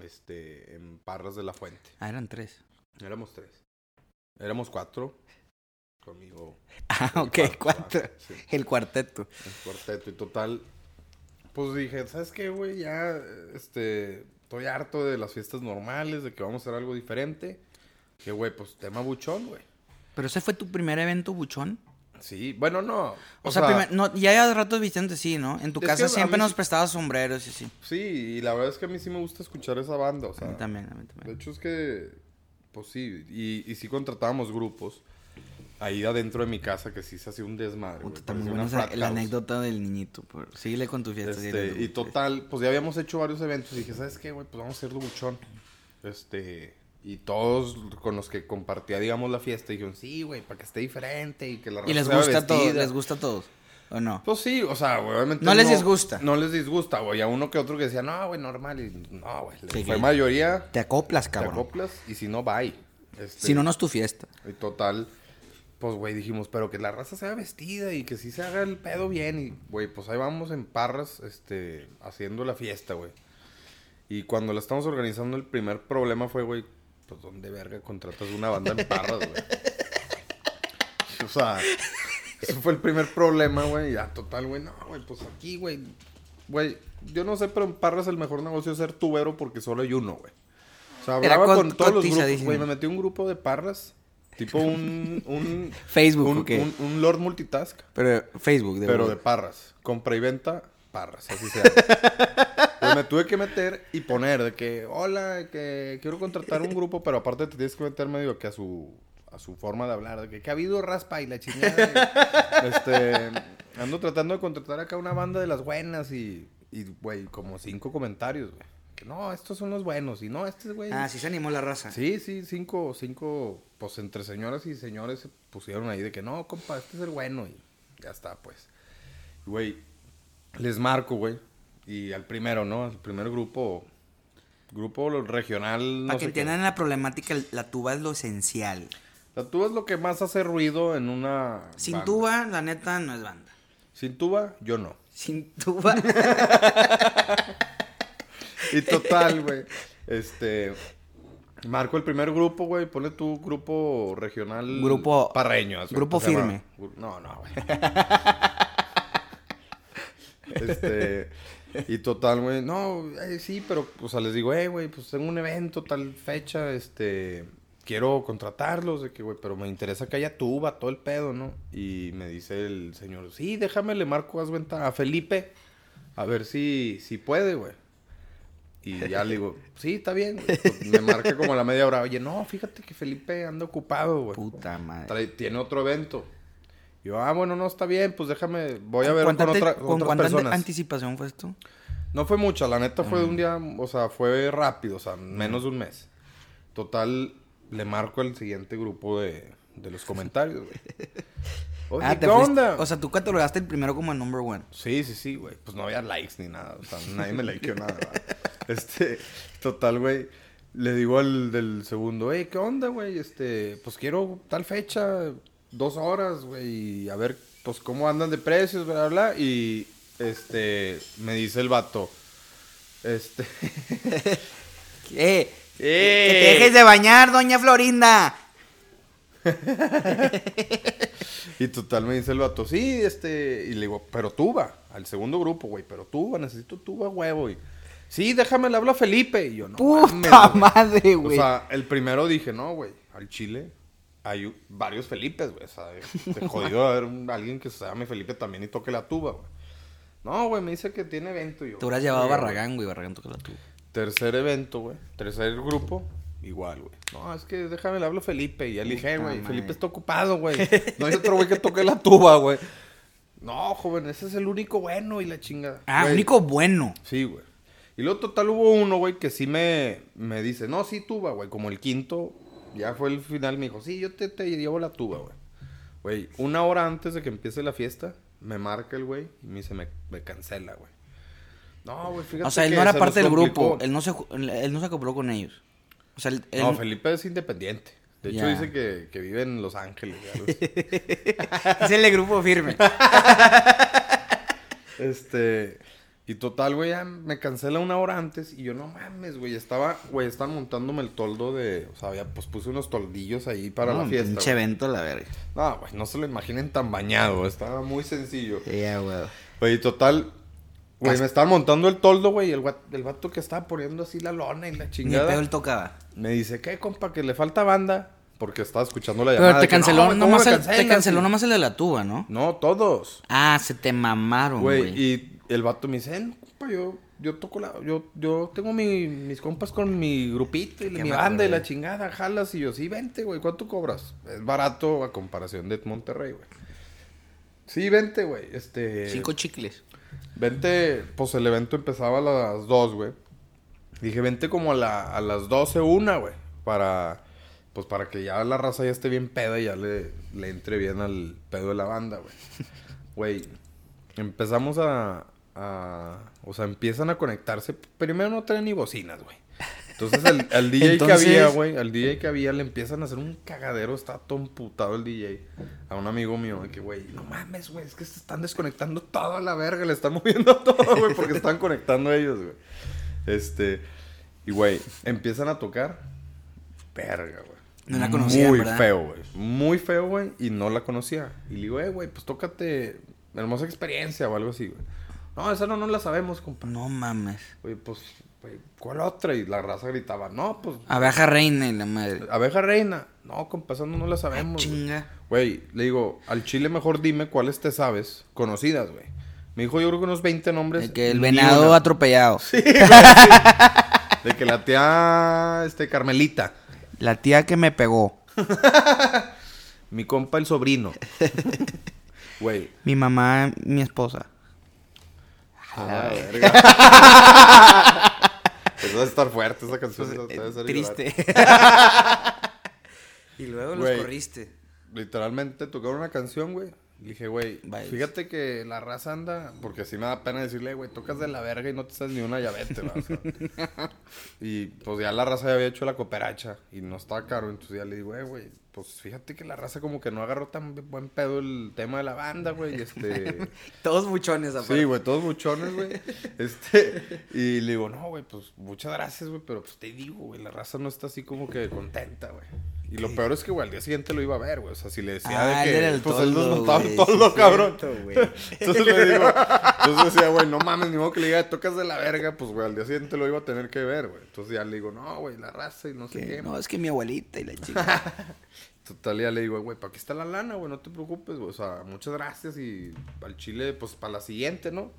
Speaker 3: Este, en Parras de la Fuente.
Speaker 2: Ah, eran tres.
Speaker 3: Éramos tres. Éramos cuatro. Conmigo.
Speaker 2: Ah,
Speaker 3: mi
Speaker 2: ok,
Speaker 3: parte,
Speaker 2: cuatro.
Speaker 3: ajá, sí.
Speaker 2: El cuarteto.
Speaker 3: El cuarteto y total. Pues dije, ¿sabes qué, güey? Ya, este, estoy harto de las fiestas normales, de que vamos a hacer algo diferente. Que, güey, pues tema buchón, güey.
Speaker 2: ¿Pero ese fue tu primer evento buchón?
Speaker 3: Sí, bueno, no.
Speaker 2: O, sea, primer- no, ya de ratos Vicente sí, ¿no? En tu
Speaker 3: Es que
Speaker 2: casa
Speaker 3: a
Speaker 2: siempre
Speaker 3: mí
Speaker 2: nos
Speaker 3: sí-
Speaker 2: prestabas sombreros y sí.
Speaker 3: sí, y la verdad es que a mí sí me gusta escuchar esa banda, o
Speaker 2: A
Speaker 3: sea.
Speaker 2: mí también, a mí
Speaker 3: De
Speaker 2: también.
Speaker 3: hecho es que, pues sí, y, y sí contratábamos grupos ahí adentro de mi casa que sí se hacía un desmadre. güey,
Speaker 2: Puta, está muy
Speaker 3: parecía
Speaker 2: buena
Speaker 3: una
Speaker 2: esa-
Speaker 3: frat
Speaker 2: la
Speaker 3: house.
Speaker 2: anécdota del niñito. Por... Síguele con tu fiesta. síguele
Speaker 3: Este,
Speaker 2: con tu
Speaker 3: y
Speaker 2: fiesta.
Speaker 3: total, pues ya habíamos hecho varios eventos. Y dije, ¿sabes qué, güey? Pues vamos a hacerlo buchón. Este, y todos con los que compartía, digamos, la fiesta, dijeron, sí, güey, para que esté diferente y que la raza
Speaker 2: ¿Y les
Speaker 3: se vea
Speaker 2: gusta a todos?
Speaker 3: vestida".
Speaker 2: ¿Les gusta a todos? ¿O no?
Speaker 3: Pues sí, o sea, güey, obviamente.
Speaker 2: No les disgusta.
Speaker 3: No les disgusta, güey. A uno que otro que decía, no, güey, normal. Y no, güey.
Speaker 2: Sí,
Speaker 3: fue
Speaker 2: que-
Speaker 3: mayoría,
Speaker 2: Te acoplas,
Speaker 3: te
Speaker 2: cabrón.
Speaker 3: acoplas y si no, bye. Este,
Speaker 2: Si no, no es tu fiesta.
Speaker 3: y total, pues, güey, dijimos, pero que la raza sea vestida y que sí se haga el pedo bien. Y, güey, pues ahí vamos en parras, este, haciendo la fiesta, güey. Y cuando la estamos organizando, el primer problema fue, güey, pues, ¿dónde verga contratas una banda en parras, güey? O sea, ese fue el primer problema, güey. Ya, total, güey, no, güey, pues aquí, güey. Güey, yo no sé, pero en parras el mejor negocio es ser tubero porque solo hay uno, güey. O sea,
Speaker 2: Era
Speaker 3: hablaba con
Speaker 2: cot-
Speaker 3: todos los grupos,
Speaker 2: cotizadísimo.
Speaker 3: güey. Me metí a un grupo de parras Tipo un. un
Speaker 2: Facebook,
Speaker 3: un,
Speaker 2: ¿o qué?
Speaker 3: un- un Lord Multitask,
Speaker 2: Pero Facebook, de
Speaker 3: pero de
Speaker 2: verdad.
Speaker 3: parras. Compra y venta, parras, así se llama. Pues me tuve que meter y poner de que, hola, que quiero contratar un grupo, pero aparte te tienes que meter medio que a su, a su forma de hablar, de que, que ha habido raspa y la chingada. y, este, ando tratando de contratar acá una banda de las buenas y, y, güey, como cinco comentarios, güey. Que no, estos son los buenos y no, este güey.
Speaker 2: Ah, sí se animó la raza.
Speaker 3: Sí, sí, cinco, cinco, pues entre señoras y señores se pusieron ahí de que no, compa, este es el bueno y ya está, pues. Güey, les marco, güey. Y al primero, ¿no? Al primer grupo, grupo lo- regional, no
Speaker 2: Para que
Speaker 3: sé qué.
Speaker 2: entiendan la problemática, el- la tuba es lo esencial.
Speaker 3: La tuba es lo que más hace ruido en una.
Speaker 2: Sin
Speaker 3: banda.
Speaker 2: tuba, la neta, no es banda.
Speaker 3: Sin tuba, yo no.
Speaker 2: Sin tuba.
Speaker 3: Y total, güey. Este. Marco el primer grupo, güey. Ponle tu grupo regional.
Speaker 2: Grupo-
Speaker 3: Parreño. así
Speaker 2: grupo
Speaker 3: que se llama.
Speaker 2: firme.
Speaker 3: Gru- No, no, güey. este. Y total, güey. No, eh, sí, pero, o sea, les digo, eh, güey, pues tengo un evento, tal fecha, este. Quiero contratarlos, de que, güey, pero me interesa que haya tuba, todo el pedo, ¿no? Y me dice el señor, sí, déjame, le marco, haz cuenta, a Felipe, a ver si, si puede, güey. Y ya le digo, sí, está bien. güey. Pues me marca como a la media hora. Oye, no, fíjate que Felipe anda ocupado, güey.
Speaker 2: Puta madre.
Speaker 3: Trae- tiene otro evento. Yo, ah, bueno, no, está bien, pues déjame, voy a ver con,
Speaker 2: ¿Cuánta ante-
Speaker 3: otra-
Speaker 2: con
Speaker 3: otras
Speaker 2: cuánta ante-
Speaker 3: personas.
Speaker 2: anticipación fue esto?
Speaker 3: No fue mucha, la neta fue de
Speaker 2: Mm.
Speaker 3: un día, o sea, fue rápido, o sea, menos de un mes. Total, le marco el siguiente grupo de, de los comentarios, güey. Oye,
Speaker 2: Ah, te
Speaker 3: ¿qué
Speaker 2: fuiste-
Speaker 3: onda?
Speaker 2: O sea, tú catalogaste el primero como el number one.
Speaker 3: Sí, sí, sí, güey. Pues no había likes ni nada. O sea, nadie me likeó nada. ¿verdad? Este, total, güey. Le digo al del segundo, hey, ¿qué onda, güey? Este, pues quiero tal fecha, dos horas, güey. y A ver, pues cómo andan de precios, bla, bla, bla. Y este, me dice el vato, este,
Speaker 2: ¿Qué?
Speaker 3: ¡Eh!
Speaker 2: Que te dejes de bañar, doña Florinda.
Speaker 3: Y total me dice el vato, sí, este, y le digo, pero tuba, al segundo grupo, güey, pero tuba, necesito tuba, huevo. Y, sí, déjame, le hablo a Felipe. Y yo, no.
Speaker 2: Puta
Speaker 3: mames,
Speaker 2: madre,
Speaker 3: O
Speaker 2: güey.
Speaker 3: sea, el primero dije, no, güey, al Chile hay u- varios Felipes, güey. O sea, te jodido haber un- alguien que se llame Felipe también y toque la tuba, güey. No, güey, me dice que tiene evento. y Yo,
Speaker 2: Tú hubieras llevado a
Speaker 3: "Güey,
Speaker 2: Barragán, güey. Barragán toca la tuba.
Speaker 3: Tercer evento, güey. Tercer grupo, igual, güey. No, es que déjame le hablo a Felipe. Y ya le dije,
Speaker 2: Puta
Speaker 3: güey,
Speaker 2: madre.
Speaker 3: Felipe está ocupado, güey. No hay otro güey que toque la tuba, güey. No, joven, ese es el único bueno y la chingada.
Speaker 2: Ah,
Speaker 3: Güey,
Speaker 2: único bueno.
Speaker 3: Sí, güey. Y luego total hubo uno, güey, que sí me, me dice, no, sí tuba, güey. Como el quinto, ya fue el final, me dijo, sí, yo te, te llevo la tuba, güey. Güey, una hora antes de que empiece la fiesta, me marca el güey y me dice, me, me cancela, güey. No, güey, fíjate
Speaker 2: O sea, él
Speaker 3: que
Speaker 2: no era
Speaker 3: se
Speaker 2: parte
Speaker 3: nos
Speaker 2: del grupo.
Speaker 3: complicó.
Speaker 2: Él no se, ju- él él no se acopló con ellos. O sea, él.
Speaker 3: No,
Speaker 2: él-
Speaker 3: Felipe es independiente. De hecho,
Speaker 2: Ya.
Speaker 3: dice que, que vive en Los Ángeles. ya ves.
Speaker 2: es el de grupo firme.
Speaker 3: este. Y total, güey, ya me cancela una hora antes. Y yo, no mames, güey. Estaba, güey, estaban montándome el toldo de. O sea, ya, pues puse unos toldillos ahí para
Speaker 2: No,
Speaker 3: la
Speaker 2: un
Speaker 3: fiesta.
Speaker 2: Pinche
Speaker 3: güey.
Speaker 2: evento, a la verga.
Speaker 3: No, güey, no se lo imaginen tan bañado. Estaba muy sencillo.
Speaker 2: Ya, güey.
Speaker 3: Güey, y total. Güey,
Speaker 2: Cas-
Speaker 3: me estaban montando el toldo, güey. Y el, guat- el vato que estaba poniendo así la lona y la
Speaker 2: Ni el
Speaker 3: chingada.
Speaker 2: pedo él tocaba.
Speaker 3: Me dice, ¿qué, compa? Que le falta banda. Porque estaba escuchando la llamada.
Speaker 2: Pero te
Speaker 3: de que,
Speaker 2: canceló,
Speaker 3: güey, ¿cómo
Speaker 2: nomás,
Speaker 3: me
Speaker 2: el, te
Speaker 3: cancelas?
Speaker 2: canceló nomás el de la tuba, ¿no?
Speaker 3: No, todos.
Speaker 2: Ah, se te mamaron,
Speaker 3: Güey,
Speaker 2: güey.
Speaker 3: y el vato me dice, "Eh, no, compa, yo, yo toco la, yo, yo tengo mi- mis compas con mi grupito y
Speaker 2: Que
Speaker 3: mi
Speaker 2: me
Speaker 3: banda y
Speaker 2: acordé.
Speaker 3: la chingada, jalas y yo, sí, vente, güey, ¿cuánto cobras? Es barato a comparación de Monterrey, güey. Sí, vente, güey, este...
Speaker 2: Cinco chicles.
Speaker 3: Vente, pues el evento empezaba a las 2, güey. Dije, vente como a, la- a las 12, una, güey. Para, pues para que ya la raza ya esté bien peda y ya le, le entre bien al pedo de la banda, güey. Güey, empezamos a, a- O sea, empiezan a conectarse. Primero no traen ni bocinas, güey. Entonces al, al DJ
Speaker 2: Entonces-
Speaker 3: que había, güey, al DJ que había le empiezan a hacer un cagadero, está todo emputado el DJ. A un amigo mío, de que, güey, no mames, güey, es que se están desconectando todo a la verga, le están moviendo todo, güey, porque están conectando ellos, güey. Este, y güey, empiezan a tocar, verga, güey.
Speaker 2: No la conocía,
Speaker 3: Muy
Speaker 2: ¿verdad?
Speaker 3: feo, güey. Muy feo, güey, y no la conocía. Y le digo, eh, güey, pues tócate hermosa experiencia o algo así, güey. No, esa no, no la sabemos, compa.
Speaker 2: No mames.
Speaker 3: Güey, pues, güey, ¿cuál otra? Y la raza gritaba, no, pues,
Speaker 2: Abeja reina y la madre.
Speaker 3: Abeja reina. No, compa, esa no, no la sabemos. güey.
Speaker 2: Chinga.
Speaker 3: Güey, le digo, al chile mejor dime cuáles te sabes conocidas, güey. Me dijo, yo creo que unos 20 nombres.
Speaker 2: De que el
Speaker 3: ni
Speaker 2: venado
Speaker 3: una.
Speaker 2: atropellado.
Speaker 3: De que la tía, este, Carmelita.
Speaker 2: La tía que me pegó.
Speaker 3: Mi compa, el sobrino. Güey.
Speaker 2: Mi mamá, mi esposa.
Speaker 3: Ah, verga. Eso debe estar fuerte, esa canción.
Speaker 2: Eh,
Speaker 3: esa- debe ser llorar.
Speaker 2: Pues, Triste. y luego los
Speaker 3: Güey.
Speaker 2: corriste.
Speaker 3: Literalmente tocaron una canción, güey. Le dije, güey,
Speaker 2: Vibes.
Speaker 3: fíjate que la raza anda, porque así me da pena decirle, güey, tocas de la verga y no te sabes ni una llavete, va, o sea. Y pues ya la raza ya había hecho la cooperacha y no estaba caro, entonces ya le digo, "Eh, güey, pues fíjate que la raza como que no agarró tan buen pedo el tema de la banda, güey, y este...
Speaker 2: Todos buchones, aparte.
Speaker 3: Sí, güey, todos buchones, güey. Este, y le digo, no, güey, pues muchas gracias, güey, pero pues te digo, güey, la raza no está así como que contenta, güey. Y lo peor es que, güey, al día siguiente lo iba a ver, güey. O sea, si le decía
Speaker 2: Ah,
Speaker 3: de
Speaker 2: él
Speaker 3: que,
Speaker 2: era el
Speaker 3: pues él
Speaker 2: toldo,
Speaker 3: desmontaba
Speaker 2: güey,
Speaker 3: el
Speaker 2: sí,
Speaker 3: toldo, cabrón.
Speaker 2: cierto, güey.
Speaker 3: Entonces le digo, entonces decía, güey, no mames, ni modo que le diga, tocas de la verga, pues, güey, al día siguiente lo iba a tener que ver, güey. Entonces ya le digo, no, güey, la raza y no sé
Speaker 2: Que,
Speaker 3: qué.
Speaker 2: No, es que mi abuelita y la chica.
Speaker 3: Total, ya le digo, güey, para aquí está la lana, güey, no te preocupes, güey. O sea, muchas gracias y al chile, pues para la siguiente, ¿no?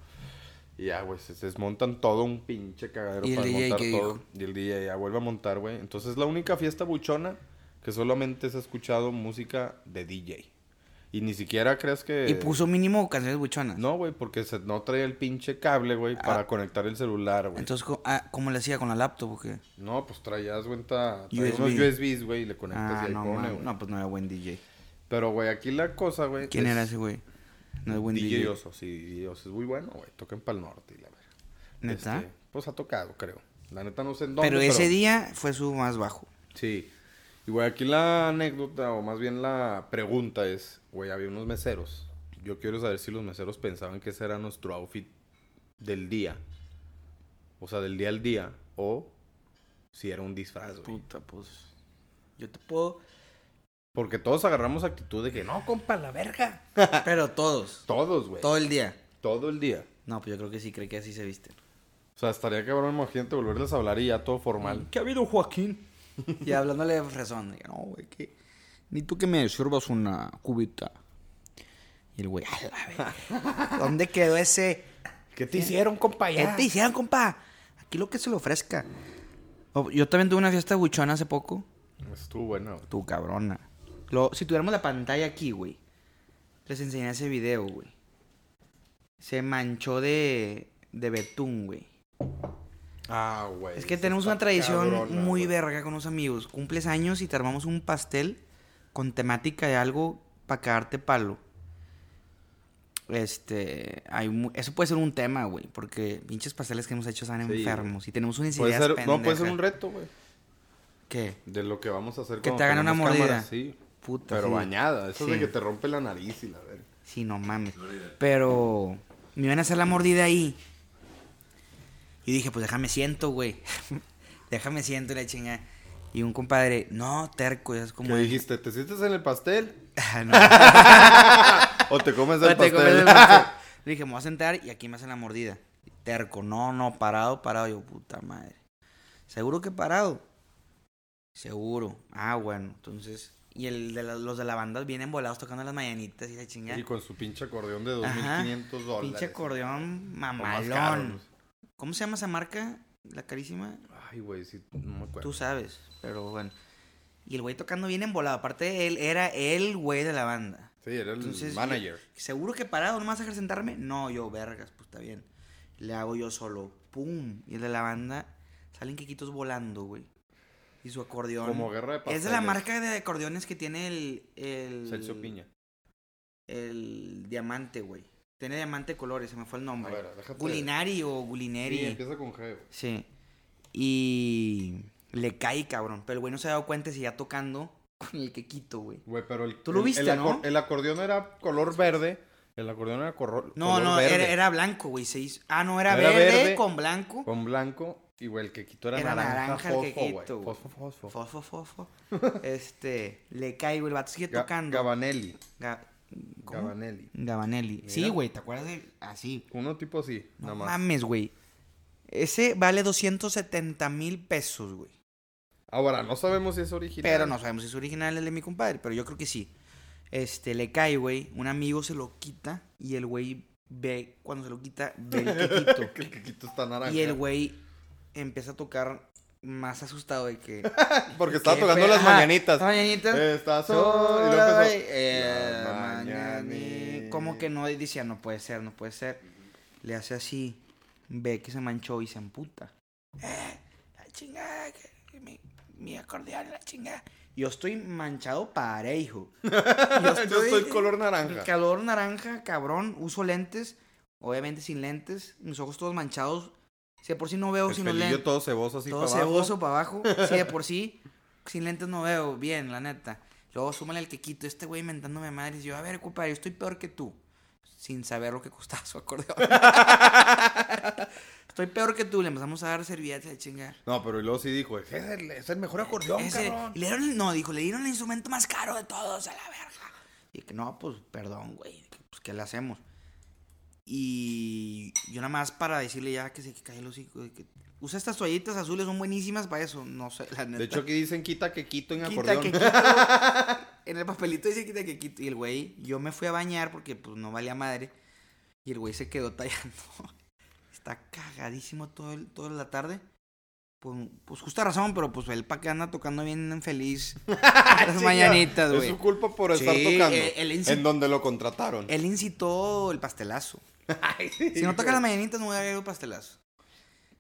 Speaker 3: Y ya, güey, se se desmontan todo un pinche cagadero
Speaker 2: ¿Y el
Speaker 3: para
Speaker 2: DJ
Speaker 3: montar
Speaker 2: qué
Speaker 3: todo.
Speaker 2: dijo?
Speaker 3: Y el DJ ya vuelve a montar, güey. Entonces, la única fiesta buchona que solamente se ha escuchado música de DJ. Y ni siquiera crees que.
Speaker 2: y puso mínimo canciones buchonas.
Speaker 3: No, güey, porque se, no traía el pinche cable, güey, para conectar el celular, güey.
Speaker 2: Ah. Entonces, co- ah, ¿cómo le hacía con la laptop o qué?
Speaker 3: No, pues traías, güey, ta- traías
Speaker 2: USB.
Speaker 3: unos USBs, güey, y le conectas
Speaker 2: Ah,
Speaker 3: y ahí
Speaker 2: no,
Speaker 3: pone,
Speaker 2: man.
Speaker 3: güey.
Speaker 2: no, pues no era buen DJ.
Speaker 3: Pero, güey, aquí la cosa, güey.
Speaker 2: ¿Quién
Speaker 3: es-
Speaker 2: era ese güey? No es buen DJ.
Speaker 3: DJ, Oso, sí, DJ Oso es muy bueno, güey. Tocan para el norte y la verga.
Speaker 2: ¿Neta?
Speaker 3: Este, pues ha tocado, creo. La neta no sé en dónde.
Speaker 2: pero ese día fue su más bajo.
Speaker 3: Sí. Y, güey, aquí la anécdota, o más bien la pregunta es, güey, había unos meseros. Yo quiero saber si los meseros pensaban que ese era nuestro outfit del día. O sea, del día al día. O si era un disfraz, güey.
Speaker 2: Puta, pues. Yo te puedo.
Speaker 3: Porque todos agarramos actitud de que, no, compa, la verga.
Speaker 2: pero todos.
Speaker 3: Todos, güey.
Speaker 2: Todo el día.
Speaker 3: Todo el día.
Speaker 2: No, pues yo creo que sí, creo que así se visten.
Speaker 3: O sea, estaría cabrón, imagínate, volverles a hablar y ya todo formal.
Speaker 2: ¿Qué ha habido, Joaquín? Y hablándole de fresón. digo, no, güey, que. Ni tú que me sirvas una cubita. Y el güey, a la verga. ¿Dónde quedó ese?
Speaker 3: ¿Qué te hicieron, compa?
Speaker 2: ¿Qué te hicieron, compa? Aquí lo que se le ofrezca. Oh, Yo también tuve una fiesta buchona hace poco.
Speaker 3: Estuvo bueno. güey.
Speaker 2: Tu cabrona. Lo- si tuviéramos la pantalla aquí, güey. Les enseñé ese video, güey. Se manchó de, de betún, güey.
Speaker 3: Ah, güey.
Speaker 2: Es que
Speaker 3: esa
Speaker 2: tenemos
Speaker 3: está
Speaker 2: una tradición
Speaker 3: cabrona,
Speaker 2: muy
Speaker 3: güey.
Speaker 2: verga con los amigos. Cumples años y te armamos un pastel con temática de algo para cagarte palo. Este, hay mu- eso puede ser un tema, güey, porque pinches pasteles que hemos hecho están
Speaker 3: Sí,
Speaker 2: enfermos y tenemos unas
Speaker 3: Puede
Speaker 2: ideas
Speaker 3: ser, no, puede ser
Speaker 2: pendejas.
Speaker 3: un reto, güey.
Speaker 2: ¿Qué?
Speaker 3: De lo que vamos a hacer
Speaker 2: Que
Speaker 3: cuando
Speaker 2: te hagan una
Speaker 3: tengamos
Speaker 2: mordida.
Speaker 3: cámaras, sí.
Speaker 2: Puta,
Speaker 3: Pero
Speaker 2: sí.
Speaker 3: bañada. Eso
Speaker 2: Sí.
Speaker 3: es de que te rompe la nariz y la verga.
Speaker 2: Sí, no mames. Pero me iban a hacer la mordida ahí. Y dije, pues déjame siento, güey. déjame siento y la chinga. Y un compadre, no, terco, ya es como.
Speaker 3: ¿Qué dijiste? ¿Te sientes en el pastel?
Speaker 2: Ah, no.
Speaker 3: ¿O te comes el
Speaker 2: Te
Speaker 3: pastel?
Speaker 2: comes el pastel. Le dije, me voy a sentar y aquí me hacen la mordida. Terco, no, no, parado, parado. Yo, puta madre. ¿Seguro que parado? Seguro. Ah, bueno, entonces. Y el de la- los de la banda vienen volados tocando las mañanitas y la chinga.
Speaker 3: y con su pinche acordeón de
Speaker 2: Ajá.
Speaker 3: 2.500 dólares.
Speaker 2: Pinche acordeón
Speaker 3: O más caro,
Speaker 2: mamalón.
Speaker 3: no sé.
Speaker 2: ¿Cómo se llama esa marca? La carísima.
Speaker 3: Ay, güey, sí, no me acuerdo.
Speaker 2: Tú sabes, pero bueno. Y el güey tocando bien embolado. Aparte de él, era el güey de la banda.
Speaker 3: Sí, era el
Speaker 2: Entonces,
Speaker 3: manager.
Speaker 2: yo- ¿Seguro que parado no me vas a dejar sentarme? No, yo, vergas, pues está bien. Le hago yo solo. ¡Pum! Y el de la banda salen quiquitos volando, güey. Y su acordeón.
Speaker 3: Como guerra de pasteles.
Speaker 2: es de la marca de acordeones que tiene el. el
Speaker 3: Celso Piña.
Speaker 2: El diamante, güey. Tiene diamante de colores, se me fue el nombre.
Speaker 3: ver, déjate-
Speaker 2: Gulinari o
Speaker 3: Sí,
Speaker 2: Gulineri.
Speaker 3: empieza con G, güey.
Speaker 2: Sí. Y le cae, cabrón. Pero el güey no se ha dado cuenta si ya tocando con el que quito, güey.
Speaker 3: Güey, pero el,
Speaker 2: Tú lo
Speaker 3: el-
Speaker 2: viste,
Speaker 3: el
Speaker 2: ¿no?
Speaker 3: El acordeón era color verde. El acordeón era corro-
Speaker 2: No,
Speaker 3: color
Speaker 2: no,
Speaker 3: verde.
Speaker 2: era, era blanco, güey. Se hizo... Ah, no, era,
Speaker 3: Era
Speaker 2: verde,
Speaker 3: verde.
Speaker 2: con blanco.
Speaker 3: Con blanco y, güey, el que quitó era,
Speaker 2: Era
Speaker 3: naranja,
Speaker 2: naranja el
Speaker 3: fosfo,
Speaker 2: que
Speaker 3: güey.
Speaker 2: quito, güey.
Speaker 3: Fosfo, fosfo.
Speaker 2: Fofo, fofo. este, le cae, güey. El vato sigue
Speaker 3: Ga-
Speaker 2: tocando.
Speaker 3: Gabanelli.
Speaker 2: Ga- ¿Cómo?
Speaker 3: Gabanelli.
Speaker 2: Gabanelli. Sí,
Speaker 3: Mira.
Speaker 2: güey, ¿te acuerdas de así?
Speaker 3: Uno tipo así,
Speaker 2: No
Speaker 3: nada más.
Speaker 2: mames, güey. Ese vale 270 mil pesos, güey.
Speaker 3: Ahora, no sabemos si es original.
Speaker 2: Pero no sabemos si es original el de mi compadre, pero yo creo que sí. Este, le cae, güey. Un amigo se lo quita y el güey ve, cuando se lo quita, ve el que quito.
Speaker 3: que el que quito está naranja.
Speaker 2: y el güey empieza a tocar más asustado de que...
Speaker 3: Porque estaba
Speaker 2: que
Speaker 3: tocando
Speaker 2: fue-
Speaker 3: las
Speaker 2: ajá,
Speaker 3: mañanitas.
Speaker 2: Las mañanitas.
Speaker 3: Está sol. Y
Speaker 2: Sola,
Speaker 3: luego
Speaker 2: güey,
Speaker 3: empezó.
Speaker 2: eh,
Speaker 3: La
Speaker 2: mañani-
Speaker 3: mañani-
Speaker 2: Como que no, y decía, no puede ser, no puede ser. Le hace así, ve que se manchó y se amputa. Eh, la chingada, que- que mi, mi acordeón, la chingada. Yo estoy manchado parejo.
Speaker 3: Yo estoy color naranja.
Speaker 2: Calor naranja, cabrón. Uso lentes. Obviamente sin lentes. Mis ojos todos manchados. Si de por sí no veo
Speaker 3: El
Speaker 2: sin los
Speaker 3: pelillo
Speaker 2: lentes.
Speaker 3: todo ceboso así
Speaker 2: Todo
Speaker 3: para abajo.
Speaker 2: ceboso para abajo. Si de por sí sin lentes no veo bien, la neta. Luego súmale el quequito. Este güey inventándome a madres. Yo, a ver, compadre, yo estoy peor que tú. Sin saber lo que costaba su acordeón. estoy peor que tú. Le empezamos a dar servilletas de chingar.
Speaker 3: No, pero y luego sí dijo, "Eh, es el, es el mejor acordeón,
Speaker 2: Ese-
Speaker 3: cabrón.
Speaker 2: y le dieron el- no, dijo, le dieron el instrumento más caro de todos a la verga. Y que no, pues perdón, güey, que, pues ¿qué le hacemos? Y yo nada más para decirle ya que se que cae el hocico. de que usa estas toallitas azules, son buenísimas para eso. No sé, la neta.
Speaker 3: De hecho, aquí dicen quita que quito en
Speaker 2: quita
Speaker 3: acordeón.
Speaker 2: que quito. En el papelito dice quita que quito. Y el güey, yo me fui a bañar porque pues no valía madre. Y el güey se quedó tallando. Está cagadísimo todo el, toda la tarde. Pues, pues justa razón, pero pues él pa' que anda tocando bien feliz las
Speaker 3: Chinga,
Speaker 2: mañanitas,
Speaker 3: Es
Speaker 2: güey.
Speaker 3: su culpa por
Speaker 2: Sí,
Speaker 3: estar tocando.
Speaker 2: eh, él en sí-
Speaker 3: en donde lo contrataron.
Speaker 2: Él incitó el pastelazo. Si no toca las mañanitas, no voy a haber pastelazo.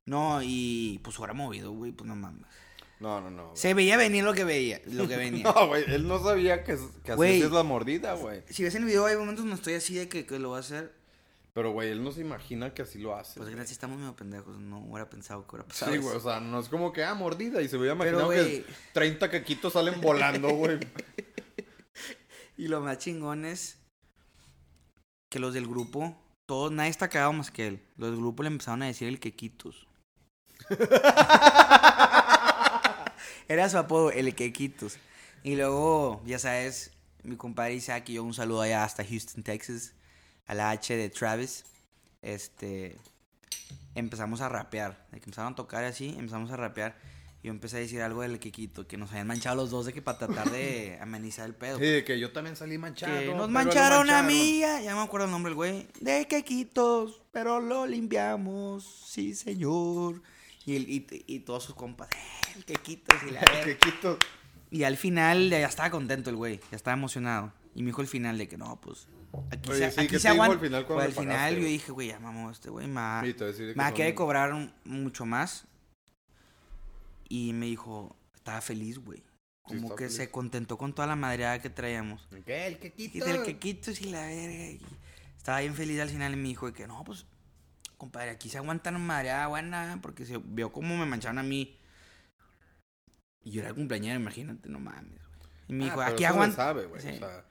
Speaker 2: No, y pues ahora movido, güey, pues no mames.
Speaker 3: No, no, no. güey.
Speaker 2: Se veía venir lo que veía, lo que venía.
Speaker 3: No, güey, él no sabía que, que así
Speaker 2: Güey.
Speaker 3: es la mordida, güey.
Speaker 2: Si ves en el video, hay momentos donde estoy así de que, que lo va a hacer.
Speaker 3: Pero, güey, él no se imagina que así lo hace.
Speaker 2: Pues
Speaker 3: güey.
Speaker 2: gracias, estamos medio pendejos. No hubiera pensado que hubiera pasado.
Speaker 3: Sí,
Speaker 2: eso.
Speaker 3: güey, o sea, no es como que, ah, mordida. Y se hubiera imaginado
Speaker 2: Pero,
Speaker 3: que
Speaker 2: güey.
Speaker 3: 30 caquitos salen volando, güey.
Speaker 2: Y lo más chingón es que los del grupo, todos, nadie está cagado más que él. Los del grupo le empezaron a decir el quequitos. Era su apodo, el quequitos. Y luego, ya sabes, mi compadre Isaac y yo un saludo allá hasta Houston, Texas, a la H de Travis. Este, empezamos a rapear. De que empezaron a tocar así, empezamos a rapear. Y yo empecé a decir algo del quequito, que nos habían manchado los dos de que para tratar de amenizar el pedo.
Speaker 3: Sí, de que yo también salí
Speaker 2: Que
Speaker 3: manchado. pero
Speaker 2: nos
Speaker 3: lo
Speaker 2: mancharon, a mí, ya, ya no me acuerdo el nombre del güey. De quequitos, pero lo limpiamos, sí señor. Y, el- y- y todos sus compas, "Eh, el quequitos y la verga".
Speaker 3: Caquitos.
Speaker 2: Y al final ya estaba contento el güey, ya estaba emocionado. Y me dijo el final de que no, pues aquí
Speaker 3: Oye,
Speaker 2: se,
Speaker 3: sí,
Speaker 2: aquí
Speaker 3: ¿qué
Speaker 2: se
Speaker 3: te dijo
Speaker 2: aguan-
Speaker 3: al final cuando
Speaker 2: Pues,
Speaker 3: le
Speaker 2: al final
Speaker 3: pagaste,
Speaker 2: yo
Speaker 3: güey?
Speaker 2: dije, güey, ya mamó este güey, ma,
Speaker 3: Sí, te voy a decir que
Speaker 2: me va a
Speaker 3: son-
Speaker 2: querer cobrar un- mucho más. Y me dijo, estaba feliz, güey.
Speaker 3: Sí,
Speaker 2: Como
Speaker 3: estaba
Speaker 2: que
Speaker 3: feliz.
Speaker 2: se contentó con toda la madreada que traíamos.
Speaker 3: ¿Qué? El
Speaker 2: Y
Speaker 3: quequito. Ah,
Speaker 2: del quequitos y la verga. y estaba bien feliz al final y me dijo de que no, pues, compadre, aquí se aguantan madreada buena, porque se vio cómo me mancharon a mí. Y yo era el cumpleañero, imagínate, no mames. güey. Y me
Speaker 3: Ah,
Speaker 2: dijo,
Speaker 3: pero
Speaker 2: aquí
Speaker 3: eso lo
Speaker 2: aguantan.
Speaker 3: sabe, güey.
Speaker 2: Sí.
Speaker 3: O sea,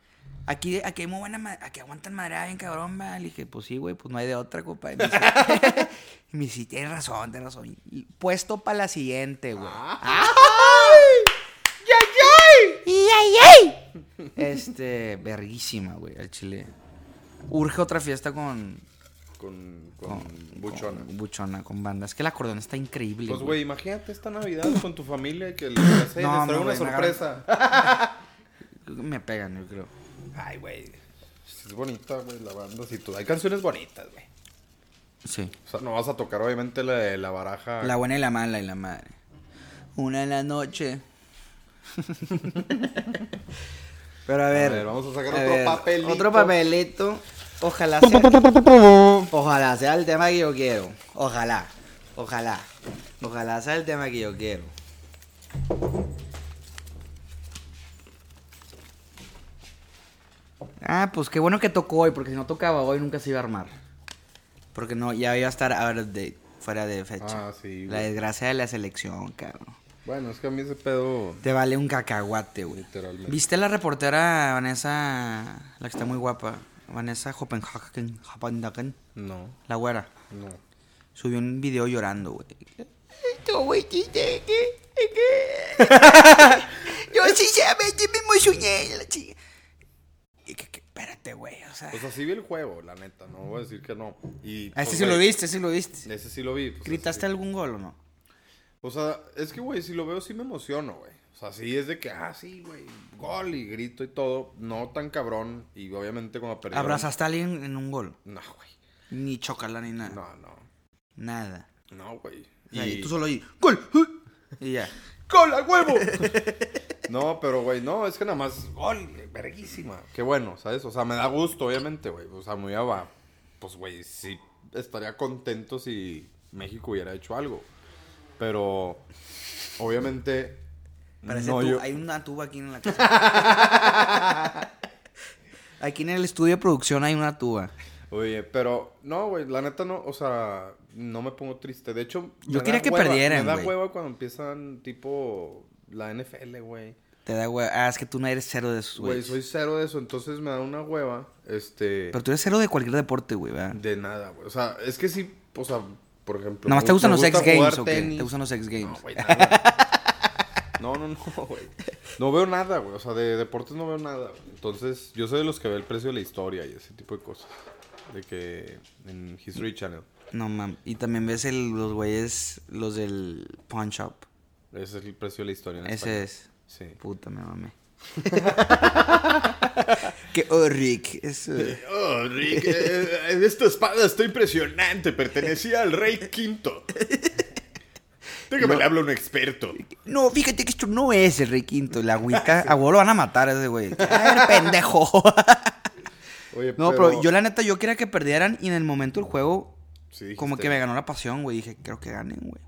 Speaker 2: Aquí, aquí hay muy buena ma- aquí aguantan madreada bien cabrón, va. Le dije, pues sí, güey, pues no hay de otra, compadre. Y me dice, y me dice, tienes razón, tienes razón. Y puesto para la siguiente, güey.
Speaker 3: ah,
Speaker 2: Este, verguísima, güey, al chile. Urge otra fiesta con,
Speaker 3: con, con, buchona.
Speaker 2: Con buchona, con banda. Es que el acordeón está increíble.
Speaker 3: Pues,
Speaker 2: güey.
Speaker 3: güey, imagínate esta Navidad con tu familia que les, les trae
Speaker 2: No, no,
Speaker 3: una
Speaker 2: güey, me agarran-
Speaker 3: sorpresa.
Speaker 2: Me pegan, yo creo.
Speaker 3: Ay, güey. Es bonita, güey, la banda. Si tú... Hay canciones bonitas, güey.
Speaker 2: Sí.
Speaker 3: O sea, no vas a tocar, obviamente, la de la baraja.
Speaker 2: La buena y la mala y la madre. Una en la noche. Pero a ver.
Speaker 3: ver, vamos a sacar otro papelito.
Speaker 2: Otro papelito. Ojalá sea. Ojalá sea el tema que yo quiero. Ojalá. Ojalá. Ojalá sea el tema que yo quiero. Ah, pues qué bueno que tocó hoy, porque si no tocaba hoy nunca se iba a armar. Porque no, ya iba a estar out of date, fuera de fecha.
Speaker 3: Ah, sí,
Speaker 2: La
Speaker 3: güey.
Speaker 2: desgracia de la selección, cabrón.
Speaker 3: Bueno, es que a mí ese pedo.
Speaker 2: Te vale un cacahuate, güey.
Speaker 3: Literalmente.
Speaker 2: ¿Viste la reportera Vanessa, la que está muy guapa? Vanessa Copenhagen, Copenhagen,
Speaker 3: No,
Speaker 2: la güera.
Speaker 3: no.
Speaker 2: Subió un video llorando, güey. No, güey, que- que- que- que- Yo sí sabes, yo me emocioné. la chica. Y que, que, espérate, güey, o sea.
Speaker 3: O sea, sí vi el juego, la neta. No voy a decir que no. Y,
Speaker 2: A
Speaker 3: pues,
Speaker 2: este sí lo
Speaker 3: güey,
Speaker 2: viste, ese sí lo viste.
Speaker 3: Ese sí lo vi. pues,
Speaker 2: ¿Gritaste
Speaker 3: ese sí.
Speaker 2: algún gol o no?
Speaker 3: O sea, es que, güey, si lo veo sí me emociono, güey. O sea, sí es de que, ah, sí, güey, gol y grito y todo. No tan cabrón. Y obviamente cuando perdieron...
Speaker 2: ¿Abrazaste a alguien en un gol?
Speaker 3: No, güey.
Speaker 2: Ni chocala ni nada.
Speaker 3: No, no.
Speaker 2: Nada.
Speaker 3: No, güey.
Speaker 2: O sea, Y
Speaker 3: Y-
Speaker 2: tú solo ahí, ¡gol! ¡uh! Y ya.
Speaker 3: ¡Gol al huevo! no, pero, güey, no, es que nada más. ¡Gol! ¡Verguísima! Qué bueno, ¿sabes? O sea, me da gusto, obviamente, güey. O sea, muy aba. Pues, güey, sí estaría contento si México hubiera hecho algo. Pero, obviamente,
Speaker 2: Parece
Speaker 3: No,
Speaker 2: tu-
Speaker 3: yo-
Speaker 2: Hay una tuba aquí en la casa. aquí en el estudio de producción hay una tuba.
Speaker 3: Oye, pero no, güey, la neta no, o sea, no me pongo triste. De hecho, me
Speaker 2: Yo
Speaker 3: da
Speaker 2: quería que
Speaker 3: hueva,
Speaker 2: perdieran,
Speaker 3: Me da
Speaker 2: güey.
Speaker 3: hueva cuando empiezan tipo la NFL, güey.
Speaker 2: Te da hue- Ah, es que tú no eres cero de esos,
Speaker 3: Güey,
Speaker 2: güey.
Speaker 3: soy cero de eso, entonces me da una hueva, este,
Speaker 2: Pero tú eres cero de cualquier deporte, güey, ¿verdad?
Speaker 3: de nada, güey. O sea, es que sí, o sea, por ejemplo.
Speaker 2: Nomás
Speaker 3: me
Speaker 2: te gustan
Speaker 3: me
Speaker 2: los
Speaker 3: gusta
Speaker 2: X Games,
Speaker 3: jugar
Speaker 2: ¿o qué?
Speaker 3: tenis.
Speaker 2: Te gustan los X
Speaker 3: No,
Speaker 2: Games.
Speaker 3: güey, nada. No, no, no, güey. No veo nada, güey. O sea, de deportes no veo nada. güey. Entonces, yo soy de los que ve el precio de la historia y ese tipo de cosas. De que en History Channel.
Speaker 2: no, mam. Y también ves el- los güeyes, los del Pawn Shop.
Speaker 3: Ese es el precio de la historia. En
Speaker 2: Ese es.
Speaker 3: Sí.
Speaker 2: Puta, me mamé. que, oh, Rick. Es, eh,
Speaker 1: Oh, Rick, eh, eh, esta espada está impresionante. Pertenecía al rey quinto. Déjame le hablo a un experto.
Speaker 2: No, fíjate que esto no es el Rey Quinto. La Wicca, a huevo lo van a matar a ese güey. ¡Ay, pendejo!
Speaker 3: Oye,
Speaker 2: no, pero... yo la neta, yo quería que perdieran y en el momento del juego,
Speaker 3: Sí, dijiste.
Speaker 2: como que me ganó la pasión, güey. Dije, creo que ganen, güey.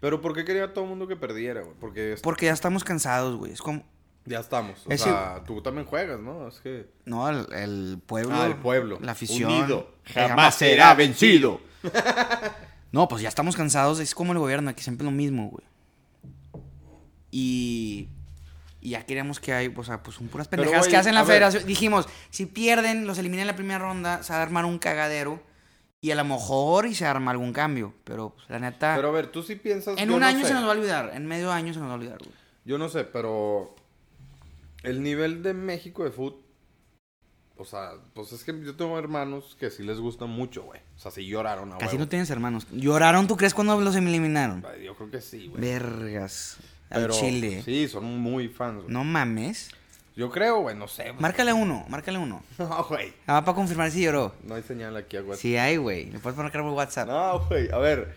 Speaker 3: Pero ¿por qué quería todo el mundo que perdiera, güey? Porque es-
Speaker 2: Porque ya estamos cansados, güey. Es como.
Speaker 3: ya estamos. O
Speaker 2: Ese-
Speaker 3: sea, tú también juegas, ¿no? Es que...
Speaker 2: No, el, el pueblo.
Speaker 3: Ah, el pueblo.
Speaker 2: La afición.
Speaker 1: Unido,
Speaker 2: Jamás
Speaker 1: será vencido.
Speaker 2: No, pues ya estamos cansados. Es como el gobierno, que siempre es lo mismo, güey. Y. Y ya queríamos que hay, o sea, pues son puras
Speaker 3: Pero,
Speaker 2: pendejadas
Speaker 3: güey,
Speaker 2: que hacen
Speaker 3: a
Speaker 2: la
Speaker 3: ver.
Speaker 2: federación. Dijimos, si pierden, los eliminan en la primera ronda, se va a armar un cagadero. Y a lo mejor y se arma algún cambio. Pero, pues, la neta.
Speaker 3: Pero a ver, tú sí piensas...
Speaker 2: en
Speaker 3: yo
Speaker 2: un
Speaker 3: no
Speaker 2: año
Speaker 3: sé.
Speaker 2: se nos va a olvidar. En medio año se nos va a olvidar, güey.
Speaker 3: Yo no sé, pero el nivel de México de fútbol, o sea, pues es que yo tengo hermanos que sí les gusta mucho, güey. O sea, sí lloraron a
Speaker 2: Casi
Speaker 3: huevo.
Speaker 2: no tienes hermanos. ¿Lloraron, tú crees, cuando los eliminaron?
Speaker 3: Ay, Yo creo que sí, güey.
Speaker 2: Vergas. Al
Speaker 3: Pero
Speaker 2: Chile.
Speaker 3: Sí, son muy fans, güey.
Speaker 2: No mames.
Speaker 3: Yo creo, güey, no sé. güey.
Speaker 2: Márcale uno, márcale uno.
Speaker 3: No, güey.
Speaker 2: Ah, para confirmar si lloró.
Speaker 3: No hay señal aquí a WhatsApp.
Speaker 2: Sí hay, güey. Le puedes marcar por WhatsApp.
Speaker 3: Pues No, güey, a ver.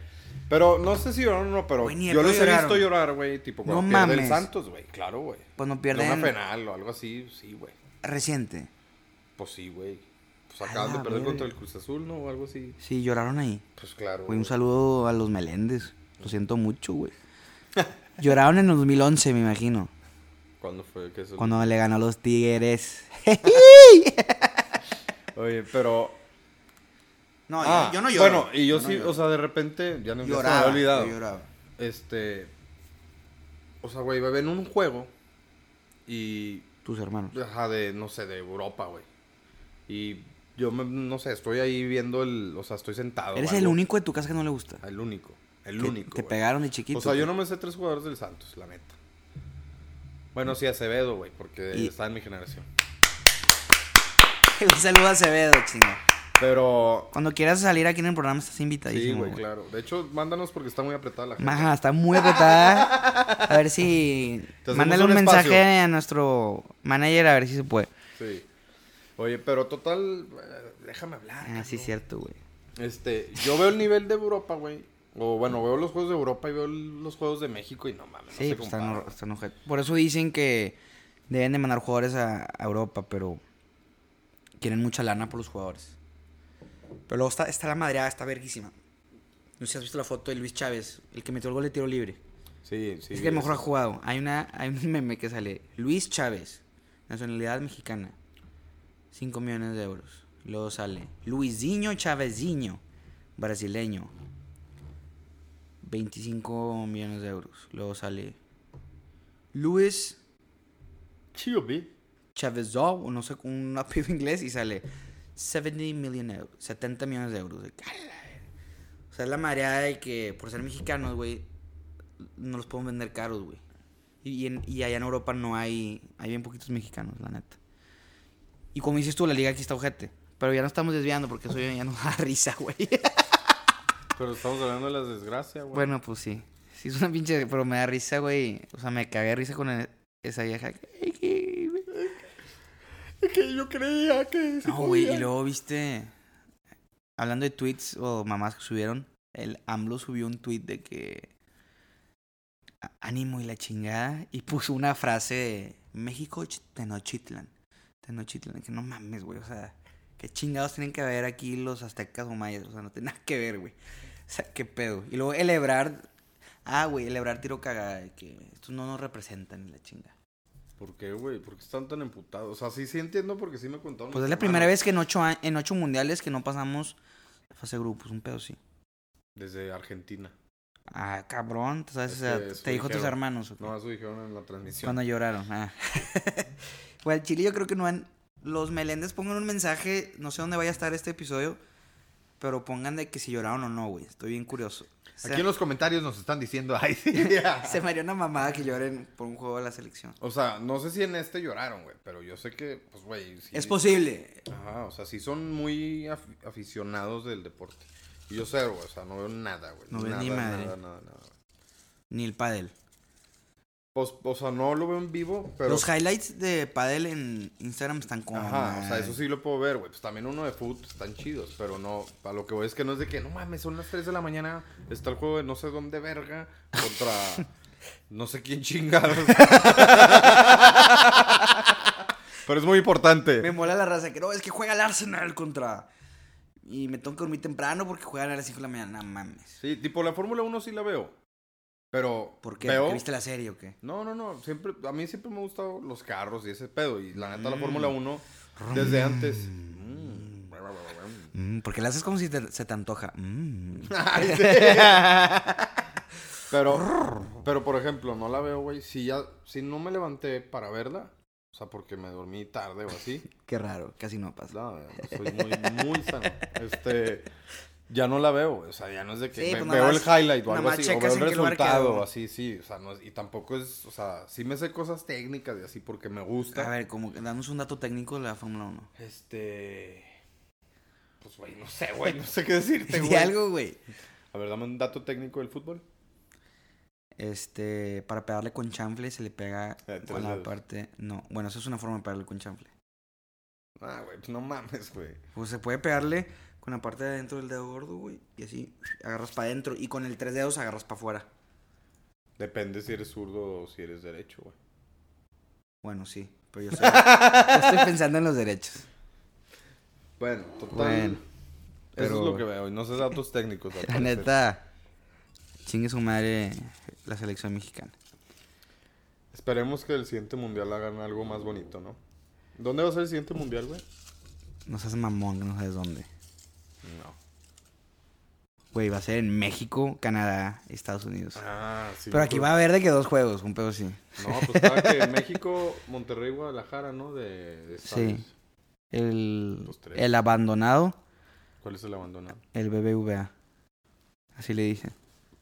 Speaker 3: Pero no sé si lloraron o no, pero
Speaker 2: Güey, ni de
Speaker 3: yo los
Speaker 2: pedo
Speaker 3: he
Speaker 2: lloraron.
Speaker 3: visto llorar, güey, tipo cuando
Speaker 2: No
Speaker 3: pierde el
Speaker 2: mames.
Speaker 3: Santos, güey. Claro, güey.
Speaker 2: Cuando
Speaker 3: De
Speaker 2: Pues pierden
Speaker 3: Una penal o algo así, sí, güey.
Speaker 2: reciente.
Speaker 3: Pues sí, güey. Pues
Speaker 2: A
Speaker 3: acaban de
Speaker 2: la
Speaker 3: perder contra el
Speaker 2: verga.
Speaker 3: Cruz Azul, ¿no? O algo así.
Speaker 2: Sí, lloraron ahí.
Speaker 3: Pues claro.
Speaker 2: Güey, un
Speaker 3: güey.
Speaker 2: saludo a los Meléndez. Lo siento mucho, güey. Lloraron en 2011, me imagino.
Speaker 3: ¿Cuándo fue que eso?
Speaker 2: Cuando le ganó a los Tigres.
Speaker 3: Oye, pero.
Speaker 2: no,
Speaker 3: Ah,
Speaker 2: yo, yo no lloro.
Speaker 3: Bueno, y yo, sí,
Speaker 2: no lloro.
Speaker 3: o sea, de repente ya no ya se me había
Speaker 2: lloraba.
Speaker 3: olvidado.
Speaker 2: yo lloraba.
Speaker 3: Este. O sea, güey, bebé en un juego. Y.
Speaker 2: Tus hermanos.
Speaker 3: Ajá, de, no sé, de Europa, güey. Y yo, me- no sé, estoy ahí viendo el. O sea, estoy sentado.
Speaker 2: Eres
Speaker 3: o
Speaker 2: el
Speaker 3: algo. Ah,
Speaker 2: único de tu casa que no le gusta.
Speaker 3: El único. El
Speaker 2: Que
Speaker 3: único.
Speaker 2: Te
Speaker 3: güey.
Speaker 2: pegaron de chiquito.
Speaker 3: O sea,
Speaker 2: güey.
Speaker 3: yo no me sé tres jugadores del Santos, la neta. Bueno, sí, Acevedo, güey, porque
Speaker 2: Y-
Speaker 3: está en mi generación.
Speaker 2: Un saludo a Acevedo, chinga.
Speaker 3: Pero.
Speaker 2: Cuando quieras salir aquí en el programa estás
Speaker 3: Sí,
Speaker 2: invitadísimo,
Speaker 3: güey,
Speaker 2: güey.
Speaker 3: claro. De hecho, mándanos porque está muy apretada la gente.
Speaker 2: Maja, está muy apretada. A ver si.
Speaker 3: Te hacemos
Speaker 2: Mándale un,
Speaker 3: un
Speaker 2: mensaje
Speaker 3: espacio.
Speaker 2: a nuestro manager a ver si se puede.
Speaker 3: Sí. Oye, pero total, eh, déjame hablar.
Speaker 2: Ah, sí,
Speaker 3: cabrón.
Speaker 2: cierto, güey.
Speaker 3: Este, yo veo el nivel de Europa, güey. O bueno, veo los juegos de Europa y veo el- los juegos de México y no mames,
Speaker 2: Sí,
Speaker 3: no se
Speaker 2: pues están,
Speaker 3: compara.
Speaker 2: hor- están ojete. Por eso dicen que deben de mandar jugadores a, a Europa, pero quieren mucha lana por los jugadores. Pero luego está, está la madreada, está verguísima. No sé si has visto la foto de Luis Chávez, el que metió el gol de tiro libre.
Speaker 3: Sí, sí.
Speaker 2: es que el mejor ha
Speaker 3: eso.
Speaker 2: jugado. Hay, una, hay un meme que sale. Luis Chávez, nacionalidad mexicana. 5 millones de euros. Luego sale. Luisinho Chávezinho, brasileño. 25 millones de euros. Luego sale. Luis
Speaker 1: Chido, vi.
Speaker 2: Chávezó, o no sé, un apellido inglés y sale 70 million euros, 70 millones de euros. De que, "A la verga". O sea, es la mareada de que por ser mexicanos, güey, no los pueden vender caros, güey. Y, y en- y allá en Europa no hay, hay bien poquitos mexicanos, la neta. Y como dices tú, la liga aquí está ojete. Pero ya no estamos desviando porque eso ya nos da risa, güey.
Speaker 3: Pero estamos hablando de las desgracias, güey.
Speaker 2: Bueno, pues sí. Sí, es una pinche. Pero me da risa, güey. O sea, me cagué de risa con el- esa vieja.
Speaker 1: Que yo creía que.
Speaker 2: No, güey, y luego viste. Hablando de tweets o mamás que subieron, el AMLO subió un tweet de que. "Á- Ánimo y la chingada. Y puso una frase de México ch- Tenochtitlan. Tenochtitlan. Que no mames, güey. O sea, qué chingados tienen que ver aquí los aztecas o mayas. O sea, no tiene nada que ver, güey. O sea, qué pedo. Y luego el Ebrard Ah, güey, el Ebrard tiro cagada. de Que estos no nos representan y la chinga.
Speaker 3: ¿Por qué, güey? ¿Por qué están tan emputados? O sea, sí, sí entiendo porque sí me contaron.
Speaker 2: Pues
Speaker 3: mis
Speaker 2: es la primera
Speaker 3: hermanos.
Speaker 2: vez que en ocho, a- en ocho mundiales que no pasamos la fase de grupos, un pedo sí.
Speaker 3: Desde Argentina.
Speaker 2: Ah, cabrón, ¿tú sabes? O sea,
Speaker 3: Es que eso
Speaker 2: te dijo tus
Speaker 3: dijeron.
Speaker 2: hermanos. ¿o qué?
Speaker 3: No, eso dijeron en la transmisión.
Speaker 2: Cuando lloraron. Ah. Bueno, al Chile yo creo que no han... Los Meléndez pongan un mensaje, no sé dónde vaya a estar este episodio, pero pongan de que si lloraron o no, güey. Estoy bien curioso. Se,
Speaker 3: Aquí en los comentarios nos están diciendo, ay, sí.
Speaker 2: se me haría una mamada que lloren por un juego de la selección.
Speaker 3: O sea, no sé si en este lloraron, güey, pero yo sé que, pues, güey. sí-
Speaker 2: Es posible.
Speaker 3: Ajá, o sea, sí son muy af- aficionados del deporte. Y yo cero, güey, o sea, no veo nada, güey.
Speaker 2: No ves
Speaker 3: Nada,
Speaker 2: ni madre.
Speaker 3: Nada, nada, nada. güey.
Speaker 2: Ni el pádel.
Speaker 3: Pues, o sea, no lo veo en vivo, pero.
Speaker 2: Los highlights de pádel en Instagram están como...
Speaker 3: Ajá, o sea, eso sí lo puedo ver, güey. Pues también uno de fútbol están chidos, pero no, para lo que voy es que no es de que, no mames, son las 3 de la mañana, está el juego de no sé dónde verga contra no sé quién chingados. pero es muy
Speaker 2: Me
Speaker 3: importante.
Speaker 2: mola la raza que no, es que juega el Arsenal contra... Y me tengo que dormir temprano porque juegan a las 5 de la mañana. No mames.
Speaker 3: Sí, tipo la Fórmula 1 sí la veo. Pero
Speaker 2: ¿Por qué?
Speaker 3: veo
Speaker 2: ¿Porque viste la serie o qué?
Speaker 3: No, no, no. Siempre, a mí siempre me han gustado los carros y ese pedo. Y la neta, la Fórmula
Speaker 2: Mm.
Speaker 3: 1, desde antes. Mm.
Speaker 2: Mm, porque la haces como si te- se te antoja. Mm.
Speaker 3: Ay, sí. pero, pero, por ejemplo, no la veo, güey. Si ya, si no me levanté para verla, o sea, porque me dormí tarde o así.
Speaker 2: Qué raro, casi no pasa.
Speaker 3: No, soy muy, muy sano. Este, ya no la veo, güey. o sea, ya no es de que
Speaker 2: Sí,
Speaker 3: ve-
Speaker 2: pues nada
Speaker 3: veo
Speaker 2: más-
Speaker 3: el highlight o
Speaker 2: nada
Speaker 3: algo
Speaker 2: más
Speaker 3: así, o
Speaker 2: checas
Speaker 3: veo el
Speaker 2: en qué lugar
Speaker 3: resultado,
Speaker 2: quedó.
Speaker 3: así, sí, o sea, no es- y tampoco es, o sea, sí me sé cosas técnicas y así porque me gusta.
Speaker 2: A ver, como que danos un dato técnico de la Fórmula 1.
Speaker 3: Este. Pues, güey, no sé, güey. No sé qué decirte,
Speaker 2: Di
Speaker 3: güey.
Speaker 2: algo, güey.
Speaker 3: A ver, dame un dato técnico del fútbol.
Speaker 2: Este, para pegarle con chanfle se le pega
Speaker 3: Eh, tres
Speaker 2: con la
Speaker 3: dedos.
Speaker 2: parte. No, bueno, eso es una forma de pegarle con chanfle.
Speaker 3: Ah, güey, pues no mames, güey.
Speaker 2: Pues se puede pegarle con la parte de adentro del dedo gordo, güey. Y así agarras para adentro. Y con el tres dedos agarras para afuera.
Speaker 3: Depende si eres zurdo o si eres derecho, güey.
Speaker 2: Bueno, sí, pero yo, soy- yo estoy pensando en los derechos.
Speaker 3: Bueno, total.
Speaker 2: Bueno,
Speaker 3: Eso
Speaker 2: pero-
Speaker 3: es lo que veo. Y no sé datos técnicos. al
Speaker 2: La
Speaker 3: parecer.
Speaker 2: neta, chingue su madre la selección mexicana.
Speaker 3: Esperemos que el siguiente mundial hagan algo más bonito, ¿no? ¿Dónde va a ser el siguiente mundial, güey?
Speaker 2: No seas mamón, que no sabes dónde.
Speaker 3: No.
Speaker 2: Güey, va a ser en México, Canadá, Estados Unidos.
Speaker 3: Ah, sí.
Speaker 2: Pero aquí va a haber de que dos juegos, un pedo sí.
Speaker 3: No, pues estaba que México, Monterrey, Guadalajara, ¿no? De, de
Speaker 2: Sí.
Speaker 3: estadios.
Speaker 2: El,
Speaker 3: Los tres.
Speaker 2: el abandonado,
Speaker 3: ¿Cuál es el abandonado?
Speaker 2: el BBVA. Así le dicen.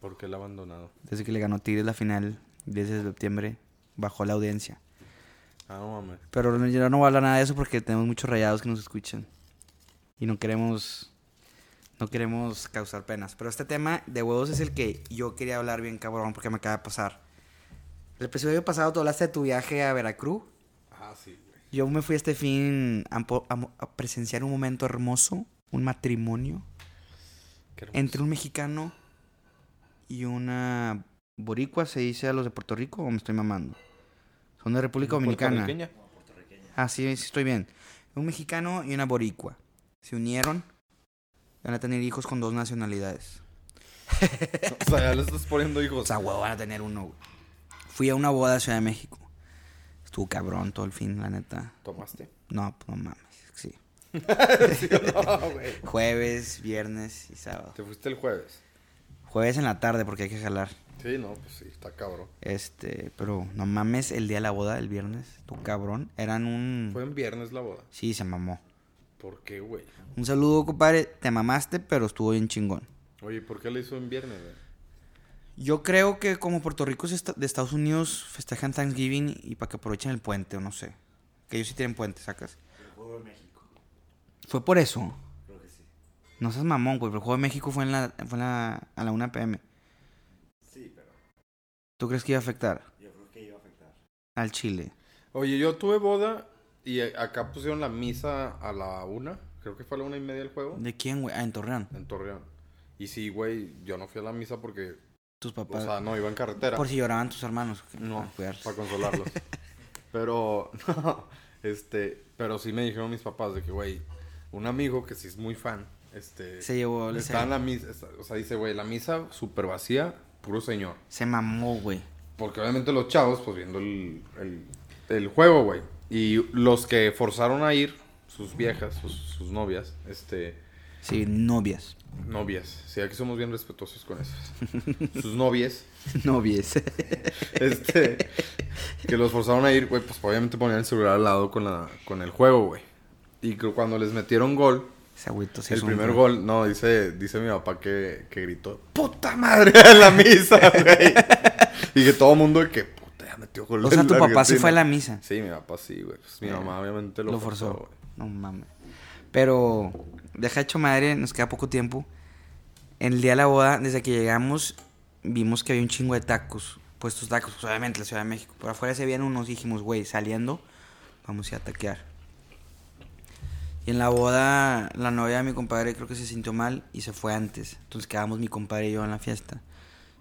Speaker 3: ¿Por qué el abandonado?
Speaker 2: Desde que le ganó Tigres la final, 10 de septiembre, bajó la audiencia.
Speaker 3: Ah, no mames.
Speaker 2: Pero no- yo no voy a hablar nada de eso porque tenemos muchos rayados que nos escuchan. Y no queremos. No queremos causar penas. Pero este tema de huevos es el que yo quería hablar bien, cabrón, porque me acaba de pasar. El episodio pasado tú hablaste de tu viaje a Veracruz.
Speaker 3: Ah, sí, güey.
Speaker 2: Yo me fui este fin a, po- a mo- a presenciar un momento hermoso, un matrimonio
Speaker 3: Qué hermoso.
Speaker 2: entre un mexicano y una boricua, se dice a los de Puerto Rico o me estoy mamando. Son de República Dominicana.
Speaker 3: Puertorriqueña.
Speaker 2: Ah, sí, sí, estoy bien. Un mexicano y una boricua. Se unieron. Van a tener hijos con dos nacionalidades.
Speaker 3: O sea, ya le estás poniendo hijos.
Speaker 2: O sea, huevo, van a tener uno, güey. Fui a una boda de Ciudad de México. Estuvo cabrón todo el fin, la neta.
Speaker 3: ¿Tomaste?
Speaker 2: No, pues no mames, sí.
Speaker 3: No, güey.
Speaker 2: Jueves, viernes y sábado.
Speaker 3: Te fuiste el jueves.
Speaker 2: Jueves en la tarde porque hay que jalar.
Speaker 3: Sí, no, pues sí, está cabrón.
Speaker 2: Este, pero no mames, el día de la boda, el viernes, tu cabrón. Eran un.
Speaker 3: Fue en viernes la boda.
Speaker 2: Sí, se mamó.
Speaker 3: ¿Por qué, güey?
Speaker 2: Un saludo, compadre. Te mamaste, pero estuvo bien chingón.
Speaker 3: Oye, ¿por qué le hizo en viernes, güey?
Speaker 2: Yo creo que como Puerto Rico es esta- de Estados Unidos, festejan Thanksgiving y para que aprovechen el puente, o no sé. Que ellos sí tienen puente, sacas. Fue por eso. No seas mamón, güey. pero El juego de México fue, en la, fue en la- a la 1 pm.
Speaker 5: Sí, pero
Speaker 2: ¿Tú crees que iba a afectar
Speaker 5: yo creo que iba a afectar.
Speaker 2: al Chile?
Speaker 3: Oye, yo tuve boda y eh, acá pusieron la misa a la una. Creo que fue a la una y media el juego.
Speaker 2: ¿De quién, güey? Ah, en Torreón.
Speaker 3: En Torreón. Y sí, güey, yo no fui a la misa porque,
Speaker 2: Tus
Speaker 3: o
Speaker 2: papás.
Speaker 3: sea, no, iba en carretera.
Speaker 2: por si lloraban tus hermanos. ok,
Speaker 3: Pues, ah, No,
Speaker 2: para cuidarlos.
Speaker 3: para consolarlos. pero, no, este, pero sí me dijeron mis papás de que, güey, un amigo que sí es muy fan, este,
Speaker 2: Se llevó.
Speaker 3: está
Speaker 2: se-
Speaker 3: en la misa, está- o sea, dice, güey, la misa súper vacía, Puro señor.
Speaker 2: Se mamó, güey.
Speaker 3: Porque obviamente los chavos, pues viendo el, el- el juego, güey. Y los que forzaron a ir, sus viejas, sus, sus novias, este.
Speaker 2: Sí, novias.
Speaker 3: Novias. Sí, aquí somos bien respetuosos con eso. Sus novias,
Speaker 2: Novias.
Speaker 3: este. Que los forzaron a ir, güey, pues obviamente ponían el celular al lado con, la, con el juego, güey. Y que cuando les metieron gol,
Speaker 2: Ese agüito sí
Speaker 3: el
Speaker 2: es un-
Speaker 3: primer gol, no, dice, dice mi papá que, que gritó, ¡puta madre! en la misa, güey. y que todo el mundo de que, puta, ya metió gol.
Speaker 2: O sea,
Speaker 3: el
Speaker 2: tu papá sí
Speaker 3: Argentina".
Speaker 2: fue a la misa.
Speaker 3: Sí, mi papá sí, güey. Pues mi
Speaker 2: Mira,
Speaker 3: mamá obviamente lo,
Speaker 2: Eh, Lo forzó.
Speaker 3: güey.
Speaker 2: No mames. Pero, deja hecho madre, nos queda poco tiempo. En el día de la boda, desde que llegamos, vimos que había un chingo de tacos. Puestos tacos, pues obviamente, en la Ciudad de México. Por afuera se veían unos, dijimos, güey, saliendo, vamos a ir a taquear. Y en la boda, la novia de mi compadre creo que se sintió mal y se fue antes. Entonces quedamos mi compadre y yo en la fiesta.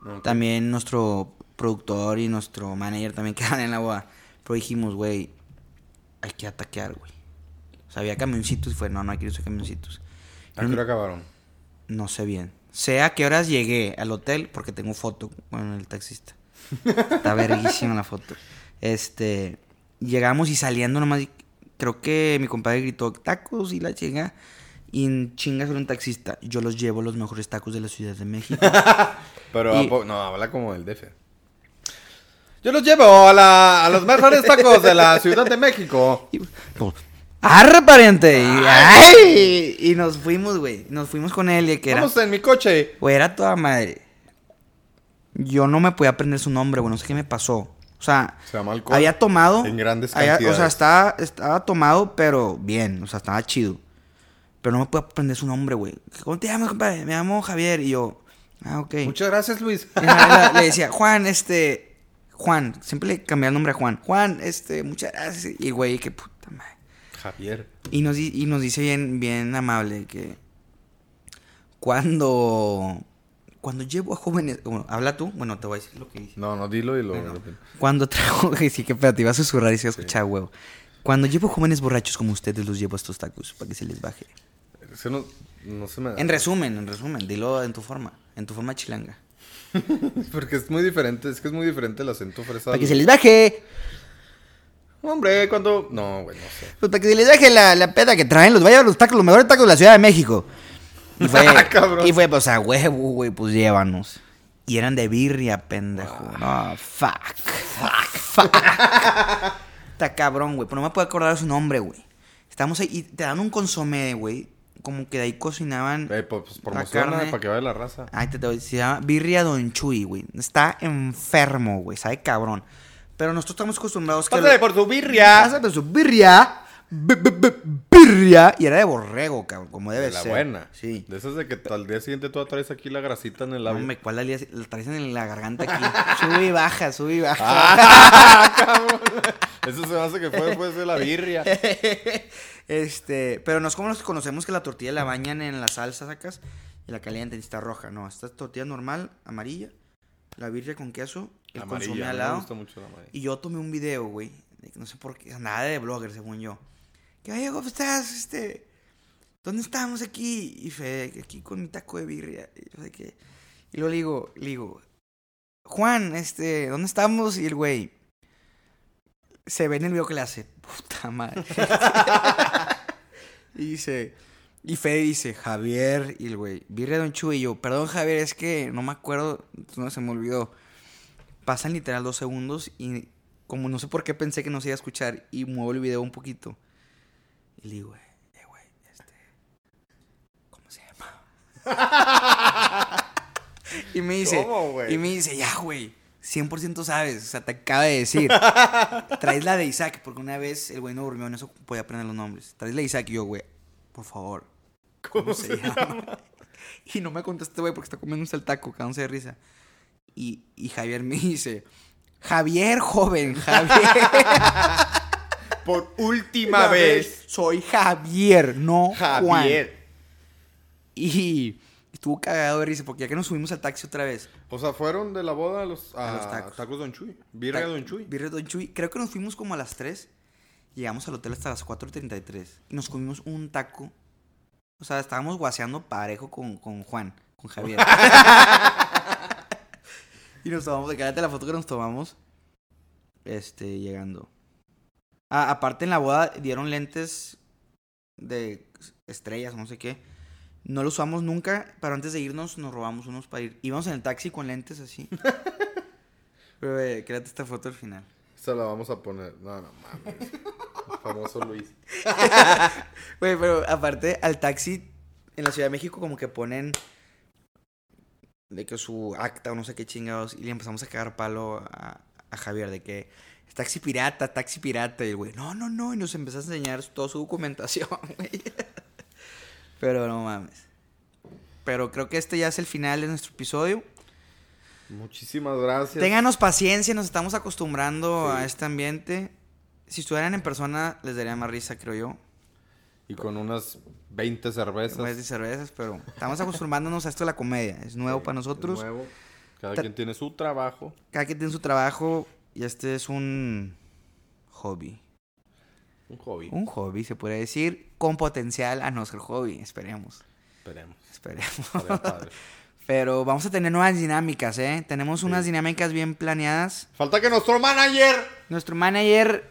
Speaker 3: No,
Speaker 2: También nuestro productor y nuestro manager también quedaban en la boda. Pero dijimos, güey, hay que ataquear, güey. O sea, había camioncitos y fue, no, no hay que irse a camioncitos.
Speaker 3: ¿A qué hora acabaron?
Speaker 2: No sé bien. Sé a qué horas llegué al hotel porque tengo foto con el taxista. Está verguísima la foto. Este, llegamos y saliendo nomás, y- creo que mi compadre gritó tacos y la chinga. Y en chingas era un taxista. Yo los llevo los mejores tacos de la Ciudad de México.
Speaker 3: Pero,
Speaker 2: Y-
Speaker 3: ¿a poco- no, habla como del DF. Yo los llevo a, la, a los mejores tacos de la Ciudad de México.
Speaker 2: Y, pues, ¡Arre, pariente! Y, ¡ay! y nos fuimos, güey. Nos fuimos con él y que era...
Speaker 3: Vamos en mi coche.
Speaker 2: Güey, era toda madre. Yo no me podía aprender su nombre, güey. No sé qué me pasó. O sea,
Speaker 3: Se llama alcohol.
Speaker 2: había tomado...
Speaker 3: En grandes
Speaker 2: había- O sea,
Speaker 3: cantidades.
Speaker 2: estaba, estaba tomado, pero bien. O sea, estaba chido. Pero no me podía aprender su nombre, güey. ¿Cómo te llamas, compadre? Me llamo Javier. Y yo... Ah, ok.
Speaker 3: Muchas gracias, Luis.
Speaker 2: Y la- la- le decía, Juan, este. Juan, siempre le cambiaba el nombre a Juan. Juan, este, muchas gracias. Y güey, qué puta madre.
Speaker 3: Javier.
Speaker 2: Y nos, di- y nos dice bien, bien amable que. Cuando. Cuando llevo a jóvenes. Bueno, habla tú. Bueno, te voy a decir lo que dije.
Speaker 3: No, no, dilo y lo...
Speaker 2: Cuando traigo. Sí, que espérate, iba a susurrar y se iba a escuchar, huevo. Cuando llevo jóvenes borrachos como ustedes, los llevo a estos tacos para que se les baje.
Speaker 3: Ese no, no se me da.
Speaker 2: En resumen, en resumen, dilo en tu forma. En tu forma chilanga.
Speaker 3: Porque es muy diferente, es que es muy diferente el acento fresa.
Speaker 2: Para que se les baje.
Speaker 3: Hombre, cuando... No, güey, no sé.
Speaker 2: Pues para que se les deje la, la peda que traen, los vaya a los tacos, los mejores tacos de la Ciudad de México. Y fue,
Speaker 3: Cabrón.
Speaker 2: y fue pues a huevo, güey, pues llévanos. Y eran de birria, pendejo. No, fuck. Fuck, fuck. Está cabrón, güey. Pero no me puedo acordar su nombre, güey. Estamos ahí y te dan un consomé, güey. Como que de ahí cocinaban.
Speaker 3: Eh, pues, pues
Speaker 2: la
Speaker 3: promociona
Speaker 2: carne.
Speaker 3: para que vaya la raza.
Speaker 2: Ay, te, te se llama Birria Don Chuy, güey. Está enfermo, güey. Sabe cabrón. Pero nosotros estamos acostumbrados que.
Speaker 1: Pásale
Speaker 2: lo-
Speaker 1: por tu
Speaker 3: Ah.
Speaker 1: birria.
Speaker 2: Pásale por su birria. bi- bi- bi- Birria. Y era de borrego, cabrón. Como debe
Speaker 3: De la
Speaker 2: ser.
Speaker 3: buena.
Speaker 2: Sí.
Speaker 3: De esas de que al día siguiente tú traes aquí la grasita en el
Speaker 2: No
Speaker 3: labio.
Speaker 2: me cuál la lía- la traes en la garganta aquí. sube y baja, sube y baja.
Speaker 3: Ah. Eso se me hace que fue después de la birria.
Speaker 2: Este, pero no es como los que conocemos que la tortilla la bañan en la salsa, sacas, y la calientan y está roja. No, esta es tortilla normal, amarilla, la birria con queso, el consomé
Speaker 3: Amarilla,
Speaker 2: al
Speaker 3: me
Speaker 2: lado.
Speaker 3: gusta mucho la amarilla.
Speaker 2: Y yo tomé un video, güey. de que No sé por qué. Nada de blogger, según yo. Que, oye, ¿cómo estás? Este. ¿Dónde estamos aquí? Y fue aquí con mi taco de birria. Y yo de que. Y luego le digo, le digo, Juan, este, ¿dónde estamos? Y el güey. Se ve en el video que le hace. Puta madre. y dice. Y Fede dice, Javier, y el güey, birria Don Chuy, y yo, perdón Javier, es que no me acuerdo, no se me olvidó pasan literal dos segundos y como no sé por qué pensé que no se iba a escuchar y muevo el video un poquito. Y le digo, eh, eh, güey, este, ¿cómo se llama? y me dice,
Speaker 1: ¿Cómo, güey?
Speaker 2: y me dice, ya, güey, 100% sabes, o sea, te acaba de decir. Traes la de Isaac, porque una vez el güey no durmió, en eso podía aprender los nombres. Traes la de Isaac y yo, güey, por favor, ¿cómo, se, llama? Y no me contesté, güey, porque está comiendo un saltaco, cagándose de risa. Y, y Javier me dice, Javier, joven, Javier.
Speaker 1: Por última vez.
Speaker 2: Soy Javier, no Javier.
Speaker 1: Javier.
Speaker 2: Y estuvo cagado de risa porque ya que nos subimos al taxi otra vez.
Speaker 3: O sea, fueron de la boda a los, a,
Speaker 2: A los tacos.
Speaker 3: Don Chuy. Birria
Speaker 2: Ta-
Speaker 3: Don Chuy.
Speaker 2: Birria Don Chuy. Creo que nos fuimos como a las 3. Llegamos al hotel hasta las 4.33. Y nos comimos un taco. O sea, estábamos guaseando parejo con, con Juan, con Javier. Y nos tomamos, de cállate la foto que nos tomamos. Este, llegando. Ah, aparte en la boda dieron lentes de estrellas, no sé qué. No los usamos nunca, pero antes de irnos nos robamos unos para ir. Íbamos en el taxi con lentes así. pero eh, créate esta foto al final.
Speaker 3: Esta la vamos a poner. No, no mames. Famoso Luis.
Speaker 2: Güey, pero aparte al taxi en la Ciudad de México como que ponen de que su acta o no sé qué chingados y le empezamos a cagar palo a, a Javier de que taxi pirata, taxi pirata y el güey, no, no, no, y nos empezó a enseñar toda su documentación, güey. Pero no mames. Pero creo que este ya es el final de nuestro episodio.
Speaker 3: Muchísimas gracias.
Speaker 2: Ténganos paciencia, nos estamos acostumbrando a este ambiente. Si estuvieran en persona les daría más risa, creo yo.
Speaker 3: Y con unas 20 cervezas.
Speaker 2: Pues de cervezas, pero estamos acostumbrándonos a esto de la comedia. Es nuevo para nosotros.
Speaker 3: de nuevo. Cada
Speaker 2: Ta-
Speaker 3: quien tiene su trabajo.
Speaker 2: Cada quien tiene su trabajo y este es un hobby.
Speaker 3: Un hobby.
Speaker 2: Un hobby, se puede decir, con potencial a nuestro hobby. Esperemos,
Speaker 3: Esperemos.
Speaker 2: esperemos.
Speaker 3: Estaría padre.
Speaker 2: Pero vamos a tener nuevas dinámicas, ¿eh? Tenemos unas dinámicas bien planeadas.
Speaker 1: Falta que nuestro manager.
Speaker 2: Nuestro manager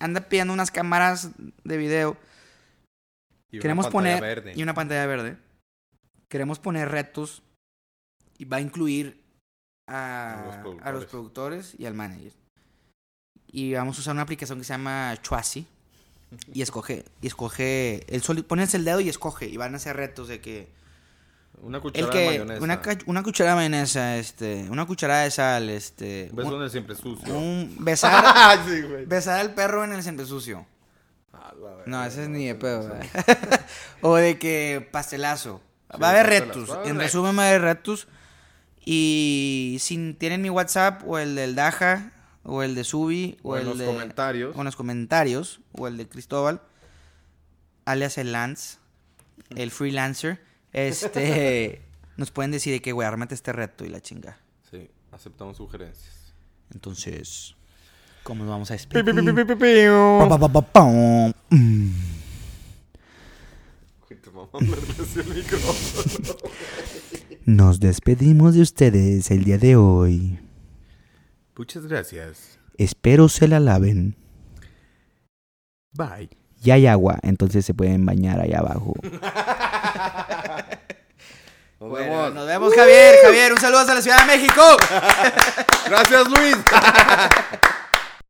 Speaker 2: anda pidiendo unas cámaras de video.
Speaker 3: Y una
Speaker 2: Queremos
Speaker 3: pantalla
Speaker 2: poner
Speaker 3: verde.
Speaker 2: y una pantalla verde. Queremos poner retos y va a incluir a,
Speaker 3: A los
Speaker 2: a los,
Speaker 3: productores.
Speaker 2: productores y al manager. Y vamos a usar una aplicación que se llama Chuasi y escoge y escoge el soli- pones el dedo y escoge y van a hacer retos de que
Speaker 3: Una
Speaker 2: el
Speaker 3: cucharada de
Speaker 2: que
Speaker 3: mayonesa.
Speaker 2: una, ca- una cucharada de mayonesa, este, una cucharada de sal, este,
Speaker 3: Un beso
Speaker 2: un,
Speaker 3: en el siempre sucio.
Speaker 2: un- besar
Speaker 1: sí, güey.
Speaker 2: besar al perro en el siempre sucio.
Speaker 3: Ah, la
Speaker 2: No,
Speaker 3: verga,
Speaker 2: ese es ni de
Speaker 3: no,
Speaker 2: pedo.
Speaker 3: no,
Speaker 2: ¿verdad? o de que pastelazo.
Speaker 3: Sí,
Speaker 2: va a haber
Speaker 3: pastelazo.
Speaker 2: retos.
Speaker 3: Va a haber
Speaker 2: En
Speaker 3: retos.
Speaker 2: resumen, va a haber retos. Y si tienen mi WhatsApp o el del Daja o el de Subi o,
Speaker 3: O en
Speaker 2: el
Speaker 3: los
Speaker 2: de-
Speaker 3: comentarios.
Speaker 2: o en los comentarios o el de Cristóbal, alias el Lance, el freelancer, este nos pueden decir de que güey, ármate este reto y la chinga.
Speaker 3: Sí, aceptamos sugerencias.
Speaker 2: Entonces, ¿cómo nos vamos a
Speaker 1: Pi,
Speaker 2: despedir?
Speaker 1: pi, pi, pi, pi, pi, piu.
Speaker 2: Pa, pa, pa, pa, pam. Mm.
Speaker 3: Uy, te mamá me recio el micrófono.
Speaker 2: Nos despedimos de ustedes el día de hoy.
Speaker 3: Muchas gracias.
Speaker 2: Espero se la laven.
Speaker 3: Bye.
Speaker 2: Ya hay agua, entonces se pueden bañar ahí abajo.
Speaker 3: Nos
Speaker 2: Bueno,
Speaker 3: vemos.
Speaker 2: nos vemos, Javier. Javier, un saludo a la Ciudad de México.
Speaker 3: Gracias, Luis.